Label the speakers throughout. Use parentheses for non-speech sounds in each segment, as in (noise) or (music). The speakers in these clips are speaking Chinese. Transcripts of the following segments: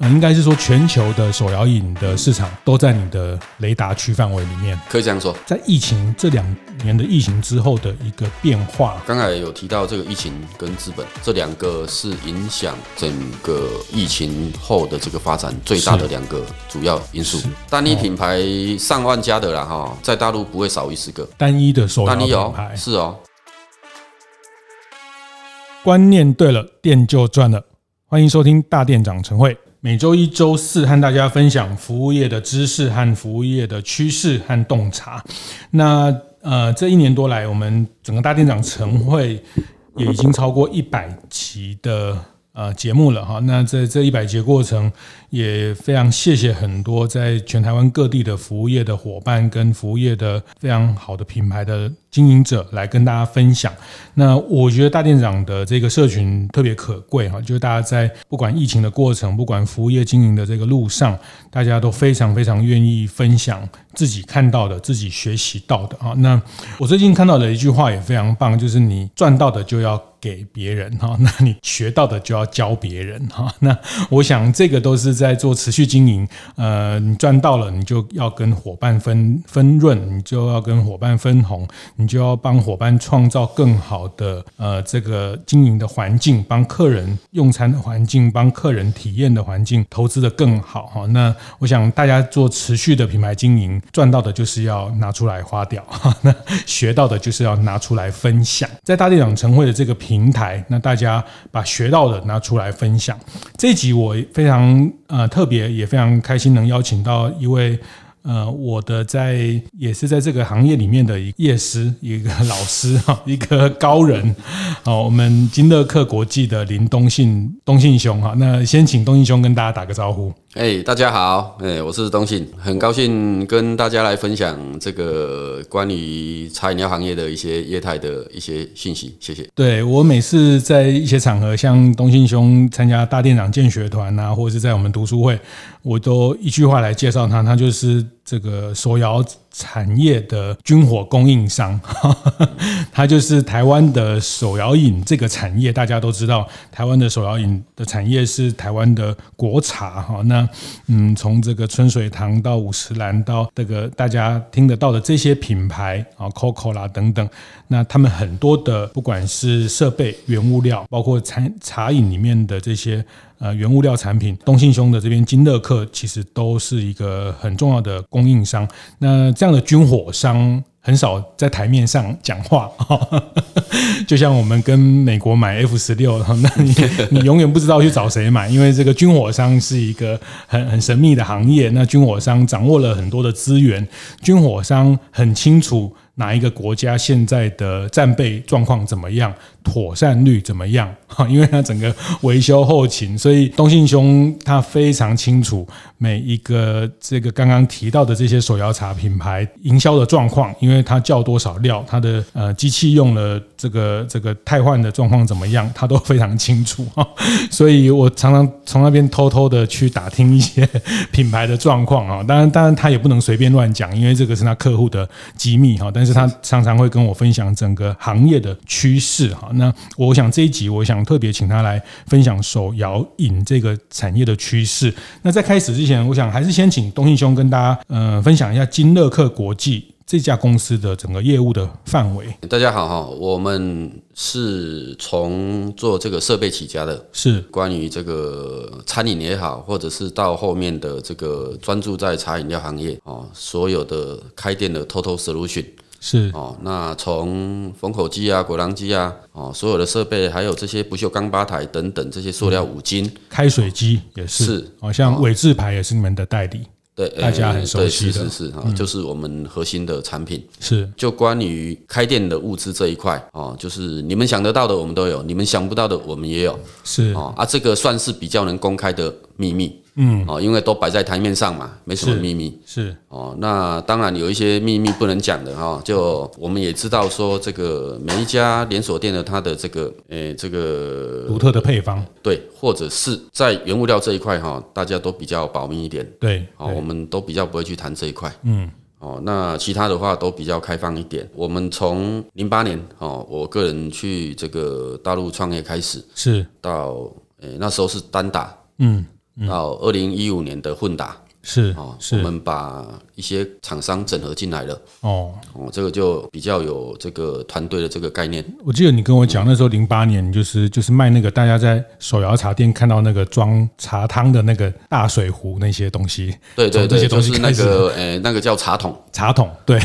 Speaker 1: 呃应该是说，全球的手摇饮的市场都在你的雷达区范围里面。
Speaker 2: 可以这样说。
Speaker 1: 在疫情这两年的疫情之后的一个变化，
Speaker 2: 刚才有提到这个疫情跟资本这两个是影响整个疫情后的这个发展最大的两个主要因素。单一品牌上万家的啦哈，在大陆不会少于十个。
Speaker 1: 单哦一的手摇
Speaker 2: 单一
Speaker 1: 品
Speaker 2: 哦
Speaker 1: 牌，
Speaker 2: 是哦，
Speaker 1: 观念对了，店就赚了。欢迎收听大店长晨会，每周一、周四和大家分享服务业的知识和服务业的趋势和洞察。那呃，这一年多来，我们整个大店长晨会也已经超过一百期的呃节目了哈。那在这一百节过程，也非常谢谢很多在全台湾各地的服务业的伙伴跟服务业的非常好的品牌的经营者来跟大家分享。那我觉得大店长的这个社群特别可贵哈，就是大家在不管疫情的过程，不管服务业经营的这个路上，大家都非常非常愿意分享自己看到的、自己学习到的啊。那我最近看到的一句话也非常棒，就是你赚到的就要给别人哈，那你学到的就要教别人哈。那我想这个都是在做持续经营，呃，你赚到了，你就要跟伙伴分分润，你就要跟伙伴分红，你就要帮伙伴创造更好的呃这个经营的环境，帮客人用餐的环境，帮客人体验的环境，投资的更好哈。那我想大家做持续的品牌经营，赚到的就是要拿出来花掉， (laughs) 哦那学到的就是要拿出来分享。在大店长晨会的这个平台，那大家把学到的拿出来分享。这一集我非常呃特别，也非常开心能邀请到一位。呃，我的在也是在这个行业里面的一个业师，一个老师哈， (laughs) 一个高人。好，我们金乐客国际的林东信东信兄哈，那先请东信兄跟大家打个招呼。
Speaker 2: 哎、大家好，哎、我是东信，很高兴跟大家来分享这个关于茶饮料行业的一些业态的一些信息，谢谢。
Speaker 1: 对我每次在一些场合，像东信兄参加大店长见学团啊，或者是在我们读书会，我都一句话来介绍他，他就是这个手摇产业的军火供应商， (laughs) 他就是台湾的手摇饮这个产业，大家都知道，台湾的手摇饮的产业是台湾的国茶哈。那嗯，从这个春水堂到五十岚到这个大家听得到的这些品牌啊，COCO 啦等等，那他们很多的不管是设备、原物料，包括茶茶饮里面的这些呃原物料产品，东信兄的这边金乐客其实都是一个很重要的供应商。那这样的军火商。很少在台面上讲话， (laughs) 就像我们跟美国买 F 十六， (laughs) 那你你永远不知道去找谁买，因为这个军火商是一个很很神秘的行业。那军火商掌握了很多的资源，军火商很清楚哪一个国家现在的战备状况怎么样，妥善率怎么样， (laughs) 哈，因为他整个维修后勤，所以东信兄他非常清楚每一个这个刚刚提到的这些手摇茶品牌营销的状况，因为他叫多少料，他的呃机器用了这个这个汰换的状况怎么样，他都非常清楚哈、所以我常常从那边偷偷的去打听一些品牌的状况啊，当然当然他也不能随便乱讲，因为这个是他客户的机密哈、但是他常常会跟我分享整个行业的趋势哈、那我想这一集我想特别请他来分享手摇饮这个产业的趋势。那在开始之前，我想还是先请东信兄跟大家呃分享一下金乐客国际这家公司的整个业务的范围
Speaker 2: 大家好哈，我们是从做这个设备起家的，
Speaker 1: 是
Speaker 2: 关于这个餐饮也好，或者是到后面的这个专注在茶饮料行业哦，所有的开店的 total solution
Speaker 1: 是
Speaker 2: 哦，那从封口机啊、果囊机啊，哦，所有的设备，还有这些不锈钢吧台等等这些塑料五金，
Speaker 1: 开水机也是，
Speaker 2: 是哦
Speaker 1: 好、像伟字牌也是你们的代理
Speaker 2: 对，
Speaker 1: 嗯大家很
Speaker 2: 呃
Speaker 1: 熟
Speaker 2: 对
Speaker 1: 悉的嗯
Speaker 2: 是是是哈、就是我们核心的产品。
Speaker 1: 是
Speaker 2: 就关于开店的物资这一块哦，就是你们想得到的我们都有，你们想不到的我们也有哦
Speaker 1: 是
Speaker 2: 哦啊，这个算是比较能公开的秘密
Speaker 1: 嗯，
Speaker 2: 哦，因为都摆在台面上嘛，没什么
Speaker 1: 是
Speaker 2: 秘密。
Speaker 1: 是
Speaker 2: 哦，那当然有一些秘密不能讲的哈、就我们也知道说，这个每一家连锁店的它的这个，诶、这个
Speaker 1: 独特的配方，
Speaker 2: 对，或者是在原物料这一块哈、大家都比较保密一点，
Speaker 1: 对，
Speaker 2: 哦，我
Speaker 1: 对
Speaker 2: 们都比较不会去谈这一块。
Speaker 1: 嗯，
Speaker 2: 哦，那其他的话都比较开放一点。我们从零八年哦，我个人去这个大陆创业开始，
Speaker 1: 是，
Speaker 2: 到诶、那时候是单打，
Speaker 1: 嗯，
Speaker 2: 到二零一五年的混打
Speaker 1: 是
Speaker 2: 哦，我
Speaker 1: 是
Speaker 2: 们把一些厂商整合进来了。
Speaker 1: 哦。
Speaker 2: 哦，这个就比较有这个团队的这个概念。
Speaker 1: 我记得你跟我讲，那时候零八年，就是就是卖那个大家在手摇茶店看到那个装茶汤的那个大水壶那些东西，
Speaker 2: 对
Speaker 1: 从
Speaker 2: 对
Speaker 1: 这
Speaker 2: 对，
Speaker 1: 些
Speaker 2: 就
Speaker 1: 东西
Speaker 2: 是那
Speaker 1: 开始
Speaker 2: 个诶、那个叫茶桶。
Speaker 1: 茶桶，对，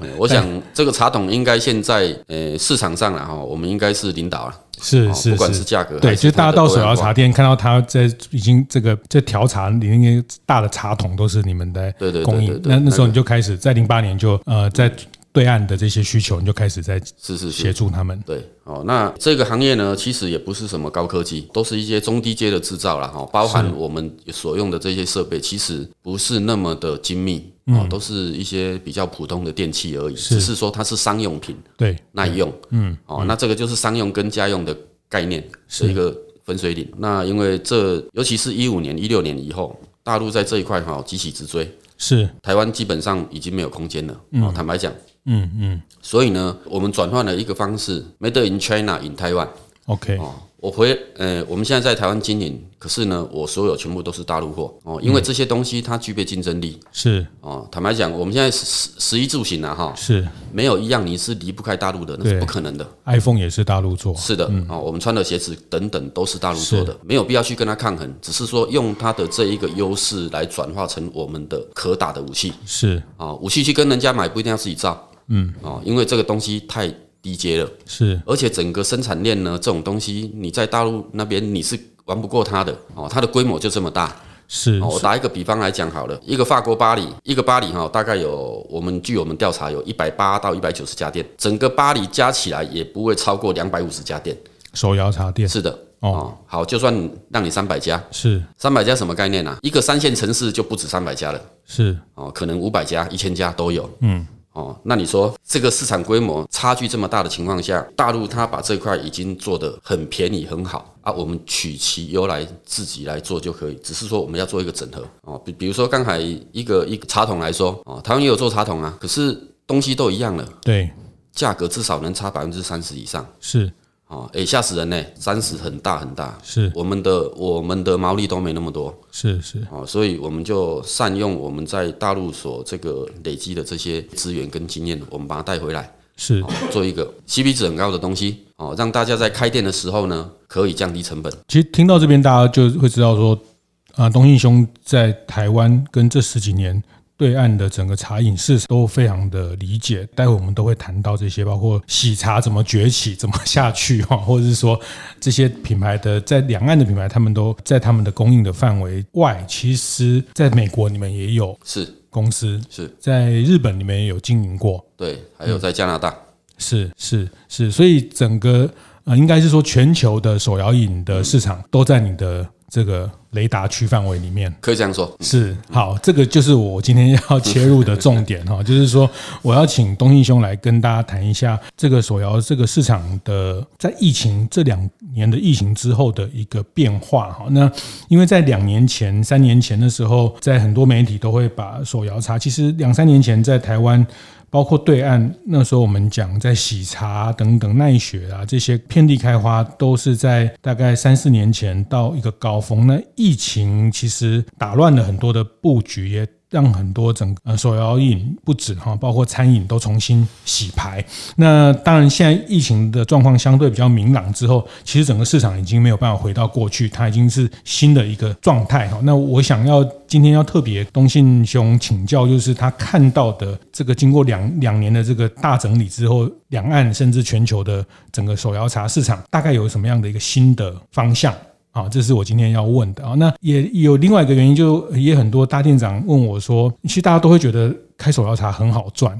Speaker 2: 嗯我想这个茶桶应该现在诶、市场上了哈，我们应该是领导了。
Speaker 1: 是
Speaker 2: 哦
Speaker 1: 是
Speaker 2: 不管是
Speaker 1: 是，
Speaker 2: 价格还
Speaker 1: 对，就是是大家
Speaker 2: 它的
Speaker 1: 到
Speaker 2: 多
Speaker 1: 手
Speaker 2: 样
Speaker 1: 摇
Speaker 2: 化
Speaker 1: 茶店看到它在已经这个这调茶里面那个大的茶桶都是你们在
Speaker 2: 对对对
Speaker 1: 供
Speaker 2: 对
Speaker 1: 应，
Speaker 2: 对
Speaker 1: 那那时候
Speaker 2: 那个嗯
Speaker 1: 你就开始在零八年就呃在对岸的这些需求，你就开始在
Speaker 2: 是是
Speaker 1: 协
Speaker 2: 是，
Speaker 1: 助他们，
Speaker 2: 对哦。那这个行业呢，其实也不是什么高科技，都是一些中低阶的制造啦。哈、哦包含我们所用的这些设备，其实不是那么的精密。哦，都是一些比较普通的电器而已，只是说它是商用品
Speaker 1: 对，
Speaker 2: 耐用。嗯，哦，那这个就是商用跟家用的概念是一个分水岭。那因为这，尤其是一五年、一六年以后，大陆在这一块哈急起直追，
Speaker 1: 是，
Speaker 2: 台湾基本上已经没有空间了。哦，坦白讲，
Speaker 1: 嗯嗯
Speaker 2: 所以呢，我们转换了一个方式，Made in China in Taiwan。
Speaker 1: ，OK，
Speaker 2: 哦，我回呃，我们现在在台湾经营，可是呢，我所有全部都是大陆货哦，因为这些东西它具备竞争力
Speaker 1: 是
Speaker 2: 哦。坦白讲，我们现在十十一住行啊哈，
Speaker 1: 是
Speaker 2: 没有一样你是离不开大陆的，那是
Speaker 1: 对嗯
Speaker 2: 不可能的。
Speaker 1: ，iPhone 也是大陆做，
Speaker 2: 是的，哦，我们穿的鞋子等等都是大陆做的，没有必要去跟它抗衡，只是说用它的这一个优势来转化成我们的可打的武器
Speaker 1: 是
Speaker 2: 啊、哦，武器去跟人家买不一定要自己造，嗯，哦，因为这个东西太低阶了，
Speaker 1: 是
Speaker 2: 而且整个生产链呢，这种东西你在大陆那边你是玩不过它的哦，它的规模就这么大，
Speaker 1: 是
Speaker 2: 哦，我打一个比方来讲好了，一个法国巴黎，一个巴黎哈、大概有我们据我们调查有一百八到一百九十家店，整个巴黎加起来也不会超过两百五十家店。
Speaker 1: 手摇茶店，
Speaker 2: 是的，
Speaker 1: 哦
Speaker 2: 哦，好，就算让你三百家，
Speaker 1: 是
Speaker 2: 三百家什么概念啊？一个三线城市就不止三百家了，
Speaker 1: 是
Speaker 2: 哦，可能五百家、一千家都有，嗯。哦，那你说这个市场规模差距这么大的情况下，大陆它把这块已经做得很便宜很好啊，我们取其优来自己来做就可以，只是说我们要做一个整合哦，比比如说刚才一个一个茶桶来说哦，台湾也有做茶桶啊，可是东西都一样了，
Speaker 1: 对
Speaker 2: 价格至少能差百分之三十以上
Speaker 1: 是
Speaker 2: 哦，诶，吓死人呢，三十很大很大，
Speaker 1: 是
Speaker 2: 我们的我们的毛利都没那么多
Speaker 1: 是是
Speaker 2: 哦，所以我们就善用我们在大陆所这个累积的这些资源跟经验，我们把它带回来，
Speaker 1: 是
Speaker 2: 哦，做一个 CP 值很高的东西哦，让大家在开店的时候呢，可以降低成本。
Speaker 1: 其实听到这边，大家就会知道说，啊，东信兄在台湾跟这十几年对岸的整个茶饮市场都非常的理解。待会我们都会谈到这些，包括喜茶怎么崛起、怎么下去哈，或者是说这些品牌的在两岸的品牌，他们都在他们的供应的范围外。其实，在美国你们也有
Speaker 2: 是
Speaker 1: 公司，
Speaker 2: 是，
Speaker 1: 在日本你们也有经营过，
Speaker 2: 对，还有在加拿大，
Speaker 1: 是是是，所以整个呃，应该是说全球的手摇饮的市场都在你的这个雷达区范围里面。
Speaker 2: 可以这样说。
Speaker 1: 是好，这个就是我今天要切入的重点哈，就是说我要请东信兄来跟大家谈一下这个手摇这个市场的在疫情这两年的疫情之后的一个变化哈。那因为在两年前、三年前的时候，在很多媒体都会把手摇茶，其实两三年前在台湾。包括对岸那时候我们讲在喜茶等等奈雪啊这些遍地开花，都是在大概三四年前到一个高峰。那疫情其实打乱了很多的布局，也让很多整个呃手摇饮不止哈，包括餐饮都重新洗牌。那当然，现在疫情的状况相对比较明朗之后，其实整个市场已经没有办法回到过去，它已经是新的一个状态哈。那我想要今天要特别东信兄请教，就是他看到的这个经过两两年的这个大整理之后，两岸甚至全球的整个手摇茶市场大概有什么样的一个新的方向？啊，这是我今天要问的啊。那也有另外一个原因，就也很多大店长 (laughs) 问我说，其实大家都会觉得开手摇茶很好赚，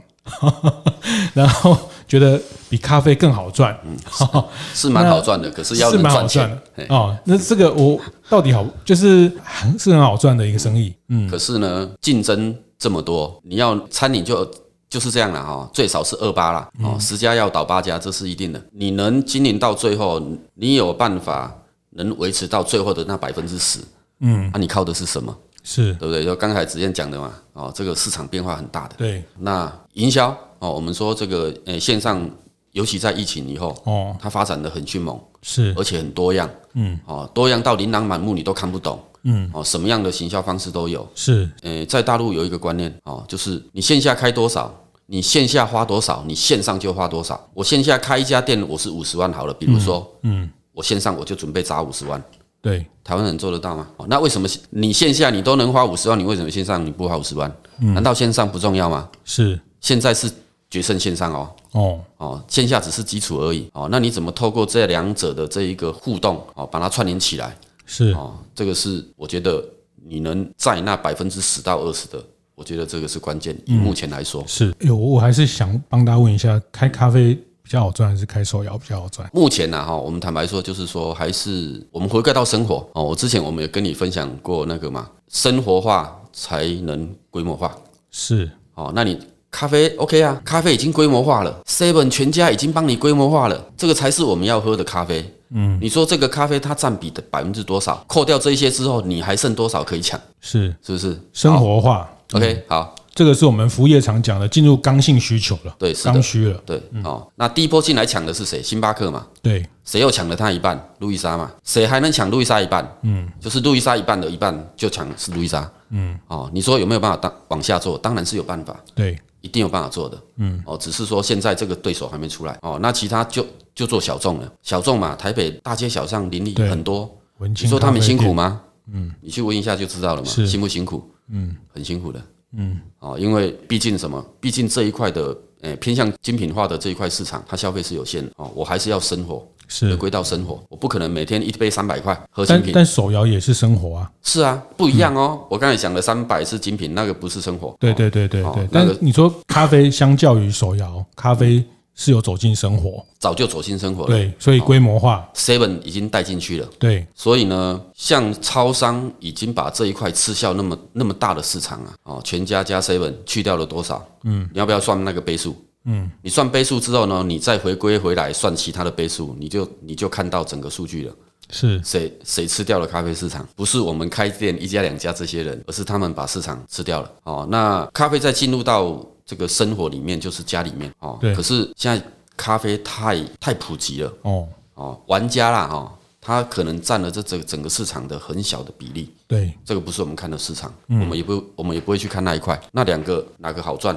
Speaker 1: 然后觉得比咖啡更好赚， (laughs) 嗯，
Speaker 2: 是蛮好赚的，可是要
Speaker 1: 是
Speaker 2: 能
Speaker 1: 蛮好
Speaker 2: 赚
Speaker 1: 赚
Speaker 2: 钱
Speaker 1: 的
Speaker 2: 嘿
Speaker 1: 哦。那这个我到底好，就是很是很好赚的一个生意，嗯，
Speaker 2: 可是呢，竞争这么多，你要餐饮就就是这样了哈、最少是二八
Speaker 1: 嗯
Speaker 2: 啦，哦，十家要倒八家，这是一定的。你能经营到最后，你有办法能维持到最后的那百分之十，啊
Speaker 1: 嗯，
Speaker 2: 那你靠的是什么？
Speaker 1: 是
Speaker 2: 对不对？就刚才子燕讲的嘛，哦，这个市场变化很大的。
Speaker 1: 对
Speaker 2: 那营销哦，我们说这个呃线上，尤其在疫情以后，
Speaker 1: 哦，
Speaker 2: 它发展的很迅猛，
Speaker 1: 是
Speaker 2: 而且很多样，
Speaker 1: 嗯，
Speaker 2: 哦，多样到琳琅满目，你都看不懂，
Speaker 1: 嗯，
Speaker 2: 哦，什么样的行销方式都有。
Speaker 1: 是
Speaker 2: 呃，在大陆有一个观念哦，就是你线下开多少，你线下花多少，你线上就花多少。我线下开一家店，我是五十万好了，比如说，
Speaker 1: 嗯，
Speaker 2: 我线上我就准备砸五十万，
Speaker 1: 对，
Speaker 2: 台湾人做得到吗？哦，那为什么你线下你都能花五十万，你为什么线上你不花五十万？难道线上不重要吗？
Speaker 1: 是
Speaker 2: 现在是决胜线上哦。
Speaker 1: 哦，
Speaker 2: 哦，线下只是基础而已哦，那你怎么透过这两者的这一个互动哦，把它串联起来
Speaker 1: 是
Speaker 2: 哦？这个是我觉得你能在那百分之十到二十的，我觉得这个是关键。以目前来说，
Speaker 1: 是，哎，我我还是想帮大家问一下，开咖啡比较好赚，还是开手摇比较好赚？
Speaker 2: 目前啊呢、哈，我们坦白说，就是说，还是我们回归到生活哦。我之前我们也跟你分享过那个嘛，生活化才能规模化
Speaker 1: 是
Speaker 2: 哦。那你咖啡 OK 啊？咖啡已经规模化了，Seven 全家已经帮你规模化了，这个才是我们要喝的咖啡。嗯，你说这个咖啡它占比的百分之多少？扣掉这一些之后，你还剩多少可以抢？
Speaker 1: 是，
Speaker 2: 是不是？
Speaker 1: 生
Speaker 2: 好
Speaker 1: 活化，嗯
Speaker 2: OK 好，
Speaker 1: 这个是我们服务业常讲的，进入刚性需求了，
Speaker 2: 对是的
Speaker 1: 刚需了，
Speaker 2: 对哦。那第一波进来抢的是谁？星巴克嘛。
Speaker 1: 对，
Speaker 2: 谁又抢了他一半？路易莎嘛，谁还能抢路易莎一半？嗯，就是路易莎一半的一半就抢是路易莎。嗯，哦，你说有没有办法当往下做？当然是有办法，
Speaker 1: 对，
Speaker 2: 一定有办法做的。嗯，哦，只是说现在这个对手还没出来。哦，那其他就就做小众了。小众嘛，台北大街小巷林立
Speaker 1: 对
Speaker 2: 很多，
Speaker 1: 文
Speaker 2: 你
Speaker 1: 青
Speaker 2: 说他们
Speaker 1: 咖啡
Speaker 2: 辛苦
Speaker 1: 店？
Speaker 2: 吗？嗯，你去问一下就知道了嘛，
Speaker 1: 是
Speaker 2: 辛不辛苦？嗯，很辛苦的。嗯，哦，因为毕竟什么？毕竟这一块的，呃，偏向精品化的这一块市场，它消费是有限的。哦，我还是要生活。回
Speaker 1: 是，
Speaker 2: 归到生活，我不可能每天一杯三百块喝精
Speaker 1: 但
Speaker 2: 品。
Speaker 1: 但手摇也是生活啊，
Speaker 2: 是啊，不一样哦。我刚才讲的三百是精品，那个不是生活。
Speaker 1: 对对对对
Speaker 2: 哦
Speaker 1: 对
Speaker 2: 那
Speaker 1: 但
Speaker 2: 个
Speaker 1: 你说咖啡相较于手摇，咖啡是有走进生活，
Speaker 2: 早就走进生活了。
Speaker 1: 对，所以规模
Speaker 2: 哦
Speaker 1: 化，
Speaker 2: Seven 已经带进去了，
Speaker 1: 对，
Speaker 2: 所以呢，像超商已经把这一块吃效那么那么大的市场啊，哦，全家加 Seven 去掉了多少？嗯，你要不要算那个杯数？嗯，你算杯数之后呢，你再回归回来算其他的杯数，你就你就看到整个数据了。
Speaker 1: 是
Speaker 2: 谁谁吃掉了咖啡市场？不是我们开店一家两家这些人，而是他们把市场吃掉了。哦，那咖啡再进入到这个生活里面，就是家里面哦。
Speaker 1: 对
Speaker 2: 可是现在咖啡太太普及了
Speaker 1: 哦，
Speaker 2: 哦，玩家啦哦，他可能占了这整整个市场的很小的比例。
Speaker 1: 对，
Speaker 2: 这个不是我们看的市场，我们也不我们也不会去看那一块。那两个哪个好赚？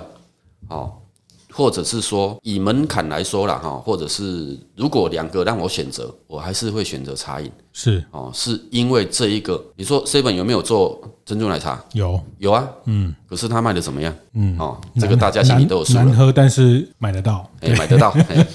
Speaker 2: 哦，或者是说以门槛来说啦，哈，或者是如果两个让我选择，我还是会选择茶饮。
Speaker 1: 是
Speaker 2: 哦，是因为这一个，你说 seven 有没有做珍珠奶茶？
Speaker 1: 有，
Speaker 2: 有啊，嗯，可是它卖的怎么样？嗯，哦，这个大家心里都有数
Speaker 1: 难难
Speaker 2: 了，
Speaker 1: 喝，但是买得到，
Speaker 2: 哎，买得到，哎，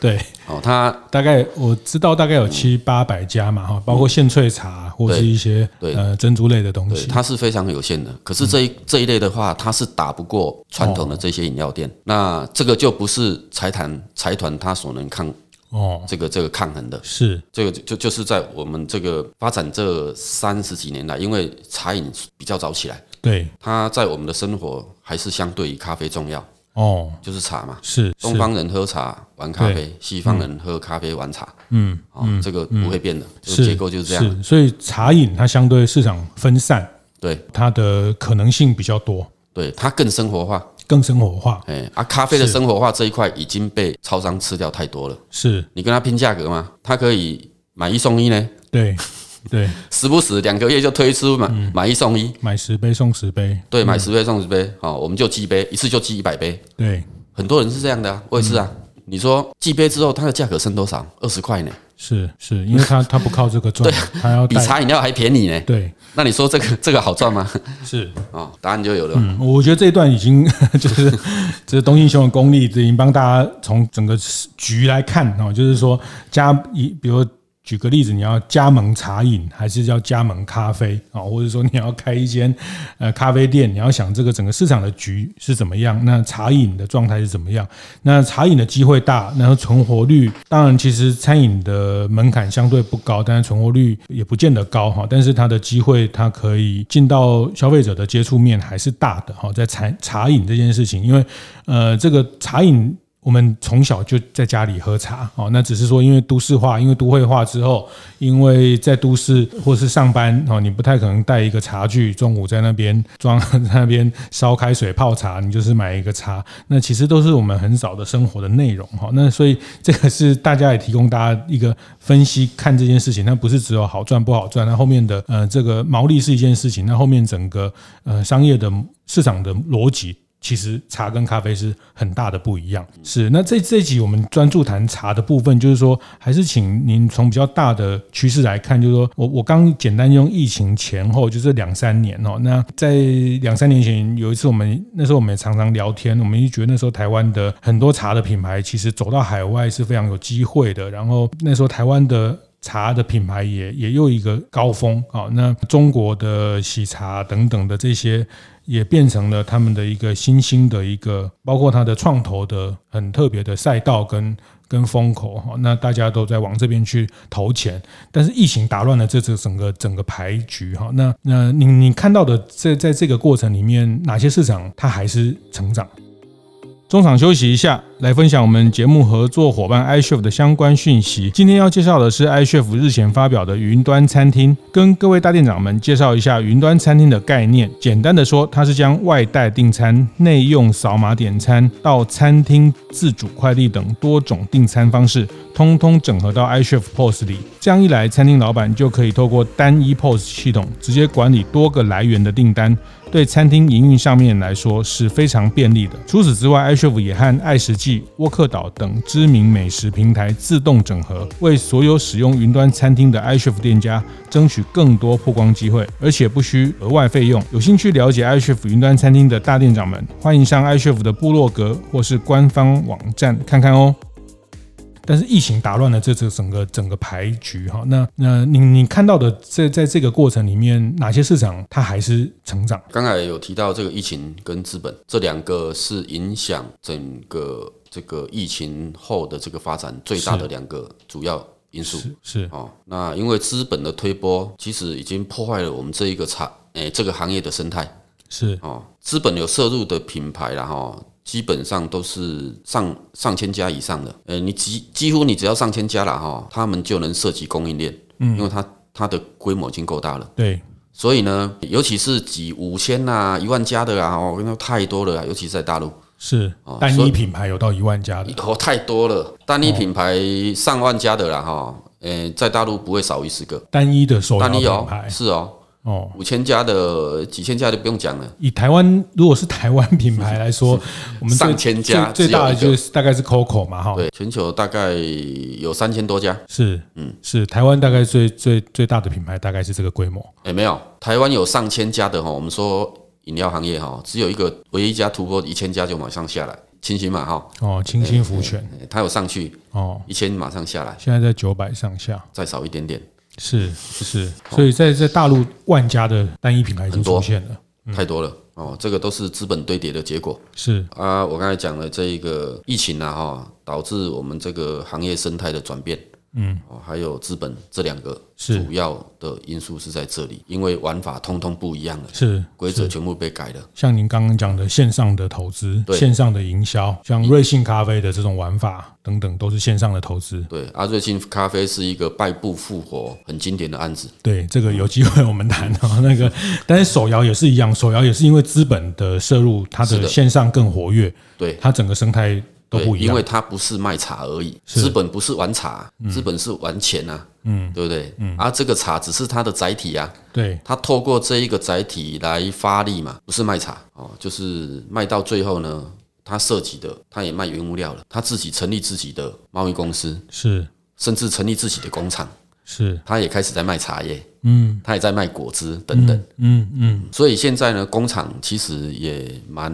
Speaker 1: 对，
Speaker 2: 哦，它
Speaker 1: 大概我知道大概有七八百家嘛哈，包括现萃茶或是一些
Speaker 2: 嗯对
Speaker 1: 呃珍珠类的东
Speaker 2: 对
Speaker 1: 西，嗯
Speaker 2: 它是非常有限的，可是这一这一类的话，它是打不过传统的这些饮料店，
Speaker 1: 嗯
Speaker 2: 那这个就不是财团财团它所能抗
Speaker 1: 哦，
Speaker 2: 这个这个抗衡的。
Speaker 1: 是
Speaker 2: 这个就就就是在我们这个发展这三十几年来，因为茶饮比较早起来，
Speaker 1: 对，
Speaker 2: 它在我们的生活还是相对于咖啡重要，
Speaker 1: 哦，
Speaker 2: 就是茶嘛。
Speaker 1: 是
Speaker 2: 东
Speaker 1: 是，
Speaker 2: 方人喝茶玩咖啡，西方人喝咖啡玩茶，
Speaker 1: 嗯，
Speaker 2: 哦，这个不会变的，这
Speaker 1: 是
Speaker 2: 个结构就是这样。
Speaker 1: 是，所以茶饮它相对市场分散，
Speaker 2: 对
Speaker 1: 它的可能性比较多，
Speaker 2: 对，它更生活化。
Speaker 1: 更生活化，
Speaker 2: 哎，啊，咖啡的生活化这一块已经被超商吃掉太多了。
Speaker 1: 是
Speaker 2: 你跟他拼价格嘛，他可以买一送一呢，
Speaker 1: 对对，
Speaker 2: 时不时两个月就推出嘛，买一送一。
Speaker 1: 买十杯送十杯，
Speaker 2: 对，买十杯送十杯，好、我们就寄杯，一次就寄一百杯。
Speaker 1: 对，
Speaker 2: 很多人是这样的啊，我也是啊。你说寄杯之后，它的价格剩多少？二十块呢，
Speaker 1: 是是，因为它它不靠这个赚，它要
Speaker 2: 比
Speaker 1: 带，
Speaker 2: 茶饮料还便宜呢。
Speaker 1: 对，
Speaker 2: 那你说这个这个好赚吗？ (laughs)
Speaker 1: 是。
Speaker 2: 哦，答案就有了。
Speaker 1: 嗯，我觉得这一段已经 (laughs) 就是，这是东信兄的功力，已经帮大家从整个局来看哦，就是说加以，比如举个例子，你要加盟茶饮，还是要加盟咖啡啊、哦？或者说你要开一间呃咖啡店，你要想这个整个市场的局是怎么样，那茶饮的状态是怎么样？那茶饮的机会大，然后存活率，当然其实餐饮的门槛相对不高，但是存活率也不见得高哈、哦。但是它的机会，它可以进到消费者的接触面还是大的哈、哦。在茶茶饮这件事情，因为呃这个茶饮。我们从小就在家里喝茶哦，那只是说因为都市化，因为都会化之后，因为在都市或是上班哦，你不太可能带一个茶具，中午在那边装在那边烧开水泡茶，你就是买一个茶，那其实都是我们很少的生活的内容哈。那所以这个是大家也提供大家一个分析看这件事情，那不是只有好赚不好赚，那后面的呃这个毛利是一件事情，那后面整个呃商业的市场的逻辑。其实茶跟咖啡是很大的不一样，是那这这集我们专注谈茶的部分，就是说还是请您从比较大的趋势来看，就是说我我刚简单用疫情前后就这两三年哦，那在两三年前有一次我们那时候我们也常常聊天，我们就觉得那时候台湾的很多茶的品牌其实走到海外是非常有机会的，然后那时候台湾的。茶的品牌也也又一个高峰啊、哦，那中国的喜茶等等的这些，也变成了他们的一个新兴的一个，包括它的创投的很特别的赛道跟跟风口哈、哦，那大家都在往这边去投钱，但是疫情打乱了这这整个整个牌局哈、哦，那那你你看到的在在这个过程里面，哪些市场它还是成长？中场休息一下，来分享我们节目合作伙伴 iChef 的相关讯息。今天要介绍的是 iChef 日前发表的云端餐厅，跟各位大店长们介绍一下云端餐厅的概念。简单的说，它是将外带订餐、内用扫码点餐、到餐厅自主快递等多种订餐方式，通通整合到 iChef POS 里。这样一来，餐厅老板就可以透过单一 POS 系统，直接管理多个来源的订单。对餐厅营运上面来说是非常便利的。除此之外，iChef 也和爱食记、沃克岛等知名美食平台自动整合，为所有使用云端餐厅的 iChef 店家争取更多曝光机会，而且不需额外费用。有兴趣了解 iChef 云端餐厅的大店长们，欢迎上 iChef 的部落格或是官方网站看看哦。但是疫情打乱了这这整个整个牌局哈，那那你你看到的在在这个过程里面，哪些市场它还是成长？
Speaker 2: 刚才有提到这个疫情跟资本这两个是影响整个这个疫情后的这个发展最大的两个主要因素
Speaker 1: 是是
Speaker 2: 哦。那因为资本的推波，其实已经破坏了我们这一个产诶、这个行业的生态
Speaker 1: 是
Speaker 2: 哦。资本有摄入的品牌啦哈、哦，基本上都是上上千家以上的，诶、你几几乎你只要上千家啦哈、哦，他们就能涉及供应链，嗯，因为它它的规模已经够大了。
Speaker 1: 对
Speaker 2: 所以呢，尤其是几五千呐、一万家的啊，哦我跟你说太多了啊，尤其是在大陆，
Speaker 1: 是
Speaker 2: 哦
Speaker 1: 单
Speaker 2: 所
Speaker 1: 一
Speaker 2: 以
Speaker 1: 品牌有到一万家的
Speaker 2: 哦，太多了，单一品牌上万家的啦，哈，诶，在大陆不会少于十个，
Speaker 1: 单一的手摇
Speaker 2: 单一
Speaker 1: 品
Speaker 2: 哦
Speaker 1: 牌，
Speaker 2: 是哦，
Speaker 1: 哦。
Speaker 2: 五千家的、几千家的不用讲了，
Speaker 1: 以台湾如果是台湾品牌来说，我们最
Speaker 2: 上千家
Speaker 1: 最最
Speaker 2: 只有
Speaker 1: 大的
Speaker 2: 一个
Speaker 1: 就是大概是 COCO 嘛哈，
Speaker 2: 对，全球大概有三千多家，
Speaker 1: 是嗯是台湾大概最最最大的品牌大概是这个规模，
Speaker 2: 诶，没有，台湾有上千家的哈，哦我们说饮料行业哈，只有一个唯一一家突破一千家就马上下来，清新嘛哈，
Speaker 1: 哦，清新福泉
Speaker 2: 诶它有上去
Speaker 1: 哦，
Speaker 2: 一千马上下来，
Speaker 1: 现在在九百上下，
Speaker 2: 再少一点点，
Speaker 1: 是是，所以在在大陆万家的单一品牌已经
Speaker 2: 哦很
Speaker 1: 出
Speaker 2: 多
Speaker 1: 现了，
Speaker 2: 太多了哦，这个都是资本堆叠的结果
Speaker 1: 是
Speaker 2: 啊。我刚才讲了这一个疫情啊，哈，导致我们这个行业生态的转变，嗯，哦，还有资本这两个
Speaker 1: 是
Speaker 2: 主要的因素是在这里，因为玩法通通不一样了，
Speaker 1: 是
Speaker 2: 规则全部被改了，
Speaker 1: 像您刚刚讲的线上的投资、
Speaker 2: 对
Speaker 1: 线上的营销，像瑞幸咖啡的这种玩法等等，都是线上的投资。
Speaker 2: 对。阿瑞幸咖啡是一个败部复活很经典的案子，
Speaker 1: 对，这个有机会我们谈啊。 (laughs) 那个，但是手摇也是一样，手摇也是因为资本的摄入，它
Speaker 2: 是
Speaker 1: 的
Speaker 2: 的
Speaker 1: 线上更活跃，
Speaker 2: 对。
Speaker 1: 它整个生态都
Speaker 2: 对，
Speaker 1: 不一
Speaker 2: 因
Speaker 1: 样
Speaker 2: 为。它不是卖茶而已，资本不是玩茶，
Speaker 1: 嗯
Speaker 2: 资本是玩钱呐、啊，嗯，对不对？嗯，啊，这个茶只是它的载体啊，
Speaker 1: 对，
Speaker 2: 它透过这一个载体来发力嘛，不是卖茶哦，就是卖到最后呢，它涉及的，它也卖原物料了，它自己成立自己的贸易公司，
Speaker 1: 是
Speaker 2: 甚至成立自己的工厂，
Speaker 1: 是，
Speaker 2: 它也开始在卖茶叶，
Speaker 1: 嗯
Speaker 2: 它也在卖果汁等等。
Speaker 1: 嗯嗯，
Speaker 2: 所以现在呢，工厂其实也蛮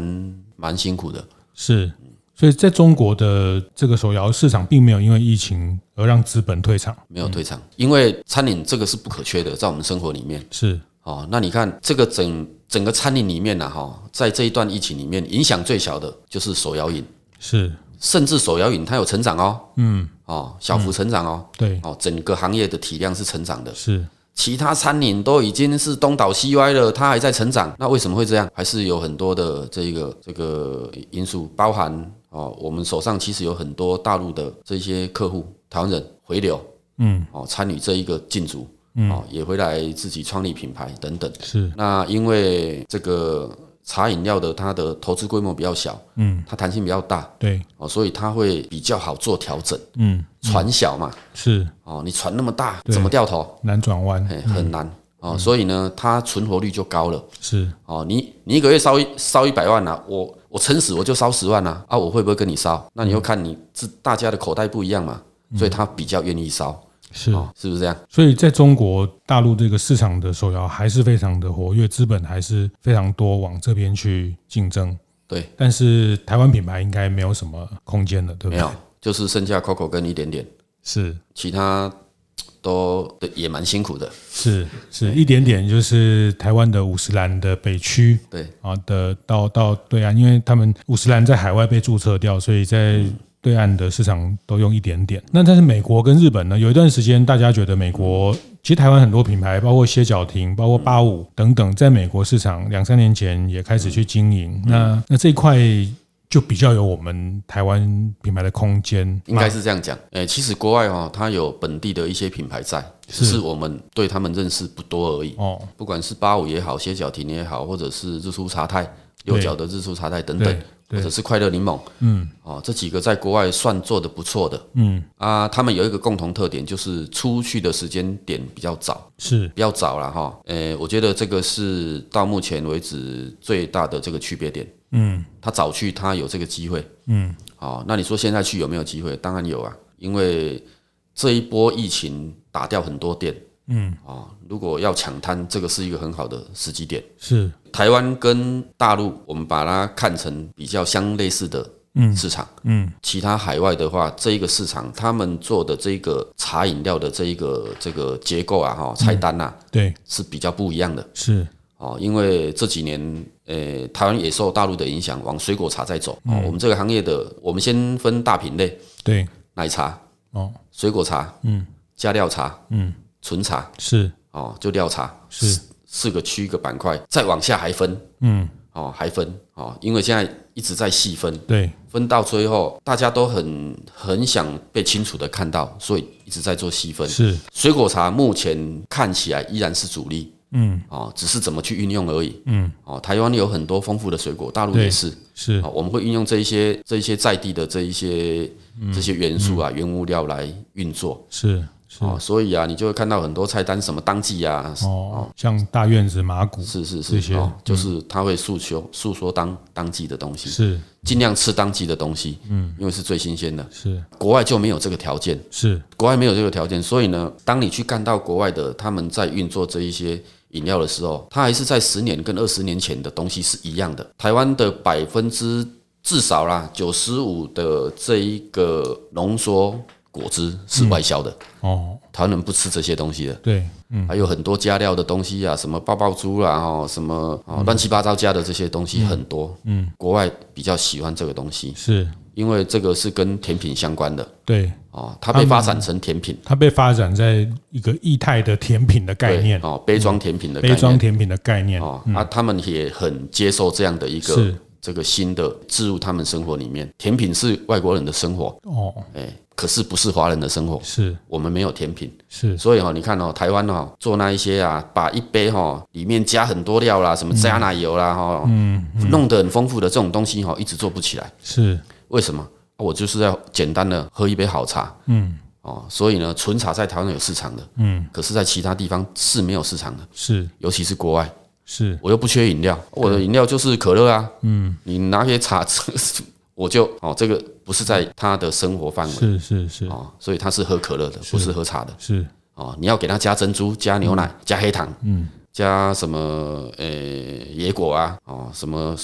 Speaker 2: 蛮辛苦的，
Speaker 1: 是。所以在中国的这个手摇市场，并没有因为疫情而让资本退场，
Speaker 2: 没有退场，因为餐饮这个是不可缺的，在我们生活里面。
Speaker 1: 是
Speaker 2: 哦，那你看这个整整个餐饮里面呢、哈，在这一段疫情里面，影响最小的就是手摇饮，
Speaker 1: 是，
Speaker 2: 甚至手摇饮它有成长哦，
Speaker 1: 嗯，
Speaker 2: 哦，小幅成长哦，
Speaker 1: 对，
Speaker 2: 哦，整个行业的体量是成长的，
Speaker 1: 是
Speaker 2: 其他餐饮都已经是东倒西歪了，它还在成长，那为什么会这样？还是有很多的这个这个因素，包含哦，我们手上其实有很多大陆的这些客户，台湾人回流，
Speaker 1: 嗯，
Speaker 2: 哦，参与这一个进驻，哦，也回来自己创立品牌等等。
Speaker 1: 是，
Speaker 2: 那因为这个茶饮料的它的投资规模比较小，
Speaker 1: 嗯，
Speaker 2: 它弹性比较大
Speaker 1: 对，
Speaker 2: 哦，所以它会比较好做调整。
Speaker 1: 嗯，
Speaker 2: 船小嘛，
Speaker 1: 是
Speaker 2: 哦，你船那么大，
Speaker 1: 对嗯
Speaker 2: 怎么掉头？
Speaker 1: 难转弯，
Speaker 2: 哎，很难哦，所以呢，它存活率就高了
Speaker 1: 是
Speaker 2: 哦。你你一个月烧一烧一百万啊，我我撑死我就烧十万啊，啊，我会不会跟你烧？那你
Speaker 1: 嗯
Speaker 2: 又看你自大家的口袋不一样嘛，所以他比较愿意烧
Speaker 1: 是。
Speaker 2: 哦，是不是这样？
Speaker 1: 所以在中国大陆这个市场的手摇还是非常的活跃，资本还是非常多往这边去竞争。
Speaker 2: 对，
Speaker 1: 但是台湾品牌应该没有什么空间了，对不
Speaker 2: 没
Speaker 1: 对？
Speaker 2: 有，就是剩下 Coco 跟一点点，
Speaker 1: 是
Speaker 2: 其他都对也蛮辛苦的。
Speaker 1: 是是，一点点就是台湾的五十岚的北区
Speaker 2: 对，
Speaker 1: 啊的到到对岸，因为他们五十岚在海外被注册掉，所以在对岸的市场都用一点点。那但是美国跟日本呢，有一段时间大家觉得美国。其实台湾很多品牌，包括歇脚亭、包括八五等等，在美国市场两三年前也开始去经营。
Speaker 2: 嗯
Speaker 1: 那那这一块就比较有我们台湾品牌的空间嘛，
Speaker 2: 应该是这样讲。诶、其实国外哦，它有本地的一些品牌在，只是我们对他们认识不多而已。
Speaker 1: 哦，
Speaker 2: 不管是八五也好，歇脚亭也好，或者是日出茶太、右脚的日出茶太等等
Speaker 1: 对，
Speaker 2: 或者是快乐柠檬，
Speaker 1: 嗯
Speaker 2: 哦，这几个在国外算做得不错的
Speaker 1: 嗯，
Speaker 2: 啊。他们有一个共同特点，就是出去的时间点比较早，
Speaker 1: 是
Speaker 2: 比较早了哈。诶、我觉得这个是到目前为止最大的这个区别点。
Speaker 1: 嗯
Speaker 2: 他早去，他有这个机会。
Speaker 1: 嗯，
Speaker 2: 哦，那你说现在去有没有机会？当然有啊，因为这一波疫情打掉很多店。
Speaker 1: 嗯，
Speaker 2: 哦，如果要抢滩，这个是一个很好的时机点。
Speaker 1: 是
Speaker 2: 台湾跟大陆，我们把它看成比较相类似的市场。
Speaker 1: 嗯
Speaker 2: 其他海外的话，这一个市场他们做的这个茶饮料的这一个这个结构啊，哈，菜单呐、
Speaker 1: 对
Speaker 2: 是比较不一样的
Speaker 1: 是
Speaker 2: 哦。因为这几年，呃，台湾也受大陆的影响，往水果茶在走。
Speaker 1: 嗯
Speaker 2: 哦，我们这个行业的，我们先分大品类：
Speaker 1: 对
Speaker 2: 奶茶、
Speaker 1: 哦
Speaker 2: 水果茶、
Speaker 1: 嗯
Speaker 2: 加料茶、
Speaker 1: 嗯
Speaker 2: 纯茶
Speaker 1: 是
Speaker 2: 哦，就料茶
Speaker 1: 是
Speaker 2: 四个区一个板块，再往下还分
Speaker 1: 嗯
Speaker 2: 哦，还分哦，因为现在一直在细分，
Speaker 1: 对
Speaker 2: 分到最后，大家都很很想被清楚的看到，所以一直在做细分。
Speaker 1: 是
Speaker 2: 水果茶目前看起来依然是主力
Speaker 1: 嗯
Speaker 2: 哦，只是怎么去运用而已。
Speaker 1: 嗯
Speaker 2: 哦，台湾有很多丰富的水果，大陆
Speaker 1: 对
Speaker 2: 也是。
Speaker 1: 是
Speaker 2: 哦，我们会运用这一些这一些在地的这一些
Speaker 1: 嗯
Speaker 2: 这些元素啊、原物料来运作。
Speaker 1: 是是
Speaker 2: 哦，所以啊，你就会看到很多菜单，什么当季啊，
Speaker 1: 哦，像大院子麻古
Speaker 2: 是是
Speaker 1: 这
Speaker 2: 是，
Speaker 1: 些嗯
Speaker 2: 哦，就是它会诉求诉说当当季的东西，
Speaker 1: 是
Speaker 2: 尽量吃当季的东西，嗯，因为是最新鲜的。
Speaker 1: 是
Speaker 2: 国外就没有这个条件，
Speaker 1: 是
Speaker 2: 国外没有这个条件，所以呢，当你去看到国外的他们在运作这一些饮料的时候，它还是在十年跟二十年前的东西是一样的。台湾的百分之至少啦九十五的这一个浓缩果汁是外销的，
Speaker 1: 哦
Speaker 2: 台湾人不吃这些东西的。
Speaker 1: 对嗯
Speaker 2: 还有很多加料的东西啊，什么爆爆珠啦，哦，什么哦乱七八糟加的这些东西很多。嗯，国外比较喜欢这个东西，
Speaker 1: 是
Speaker 2: 因为这个是跟甜品相关的
Speaker 1: 对，
Speaker 2: 哦，它被发展成甜品
Speaker 1: 它被发展在一个液态的甜品的概
Speaker 2: 对
Speaker 1: 念，
Speaker 2: 哦，杯装甜品的概
Speaker 1: 杯
Speaker 2: 念
Speaker 1: 装甜品的概念
Speaker 2: 哦，啊，他们也很接受这样的一个
Speaker 1: 是
Speaker 2: 这个新的置入他们生活里面。甜品是外国人的生活，
Speaker 1: 哦
Speaker 2: 哎，可是不是华人的生活，
Speaker 1: 是
Speaker 2: 我们没有甜品。
Speaker 1: 是
Speaker 2: 所以哦，你看哦，台湾哦做那一些啊，把一杯哦里面加很多料啦，什么加奶油
Speaker 1: 嗯
Speaker 2: 啦哈、哦，弄得很丰富的这种东西哦，一直做不起来。
Speaker 1: 是
Speaker 2: 为什么？啊我就是要简单的喝一杯好茶
Speaker 1: 嗯
Speaker 2: 哦。所以呢，纯茶在台湾有市场的，
Speaker 1: 嗯
Speaker 2: 可是在其他地方是没有市场的，
Speaker 1: 是
Speaker 2: 尤其是国外。
Speaker 1: 是
Speaker 2: 我又不缺饮料，我的饮料就是可乐啊。嗯，你拿些茶， (laughs) 我就哦，这个不是在他的生活范围
Speaker 1: 是是是
Speaker 2: 哦，所以他是喝可乐的，不是喝茶的。
Speaker 1: 是
Speaker 2: 哦，你要给它加珍珠、加牛奶、加黑糖，嗯，加什么呃野果啊，哦，什么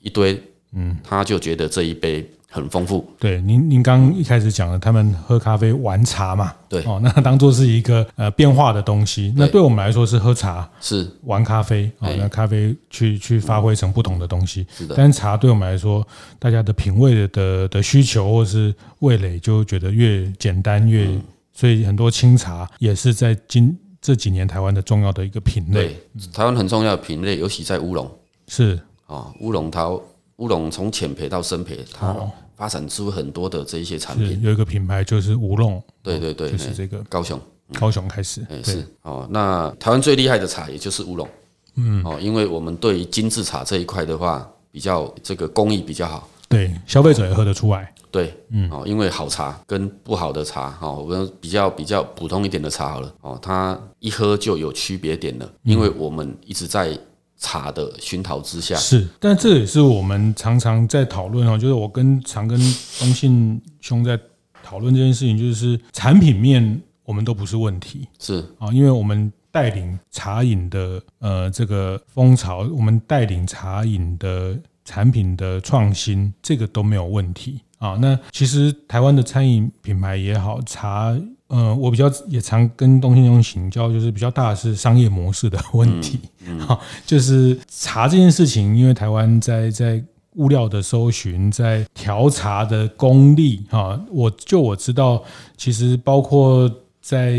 Speaker 2: 一堆，嗯，他就觉得这一杯很丰富。
Speaker 1: 对，您您刚一开始讲了，他们喝咖啡玩茶嘛，
Speaker 2: 对
Speaker 1: 哦，那当做是一个呃变化的东西。那对我们来说是喝茶
Speaker 2: 是
Speaker 1: 玩咖啡啊、哦
Speaker 2: 哎，嗯
Speaker 1: 那咖啡去去发挥成不同的东西。
Speaker 2: 是的
Speaker 1: 但茶对我们来说，大家的品味的的的需求或是味蕾，就觉得越简单越，
Speaker 2: 嗯
Speaker 1: 所以很多清茶也是在今这几年台湾的重要的一个品类。
Speaker 2: 对，嗯台湾很重要的品类，尤其在乌龙
Speaker 1: 是
Speaker 2: 啊，乌龙它乌龙从浅焙到深焙，它发展出很多的这一些啊产
Speaker 1: 哦是
Speaker 2: 品。
Speaker 1: 有一个品牌就是无弄，
Speaker 2: 对对对，
Speaker 1: 就是
Speaker 2: 嘿
Speaker 1: 这个
Speaker 2: 高雄，
Speaker 1: 高雄开始，
Speaker 2: 哎
Speaker 1: 对
Speaker 2: 是哦。那台湾最厉害的茶也就是乌龙，嗯哦，因为我们对于精致茶这一块的话，比较这个工艺比较好。
Speaker 1: 对，消费者也喝得出来。
Speaker 2: 对，嗯，哦，因为好茶跟不好的茶，哦，我们比较比较普通一点的茶好了，哦，它一喝就有区别点了，
Speaker 1: 嗯
Speaker 2: 因为我们一直在茶的熏陶之下，
Speaker 1: 是，但这也是我们常常在讨论哦，就是我跟常跟东信兄在讨论这件事情，就是产品面我们都不是问题
Speaker 2: 是
Speaker 1: 啊、因为我们带领茶饮的呃这个风潮，我们带领茶饮的产品的创新，这个都没有问题啊。那其实台湾的餐饮品牌也好，茶。呃，我比较也常跟东信兄请教，就是比较大的是商业模式的问题。
Speaker 2: 嗯
Speaker 1: 好， (laughs) 就是茶这件事情，因为台湾在在物料的搜寻，在调查的功力哈、我就我知道，其实包括在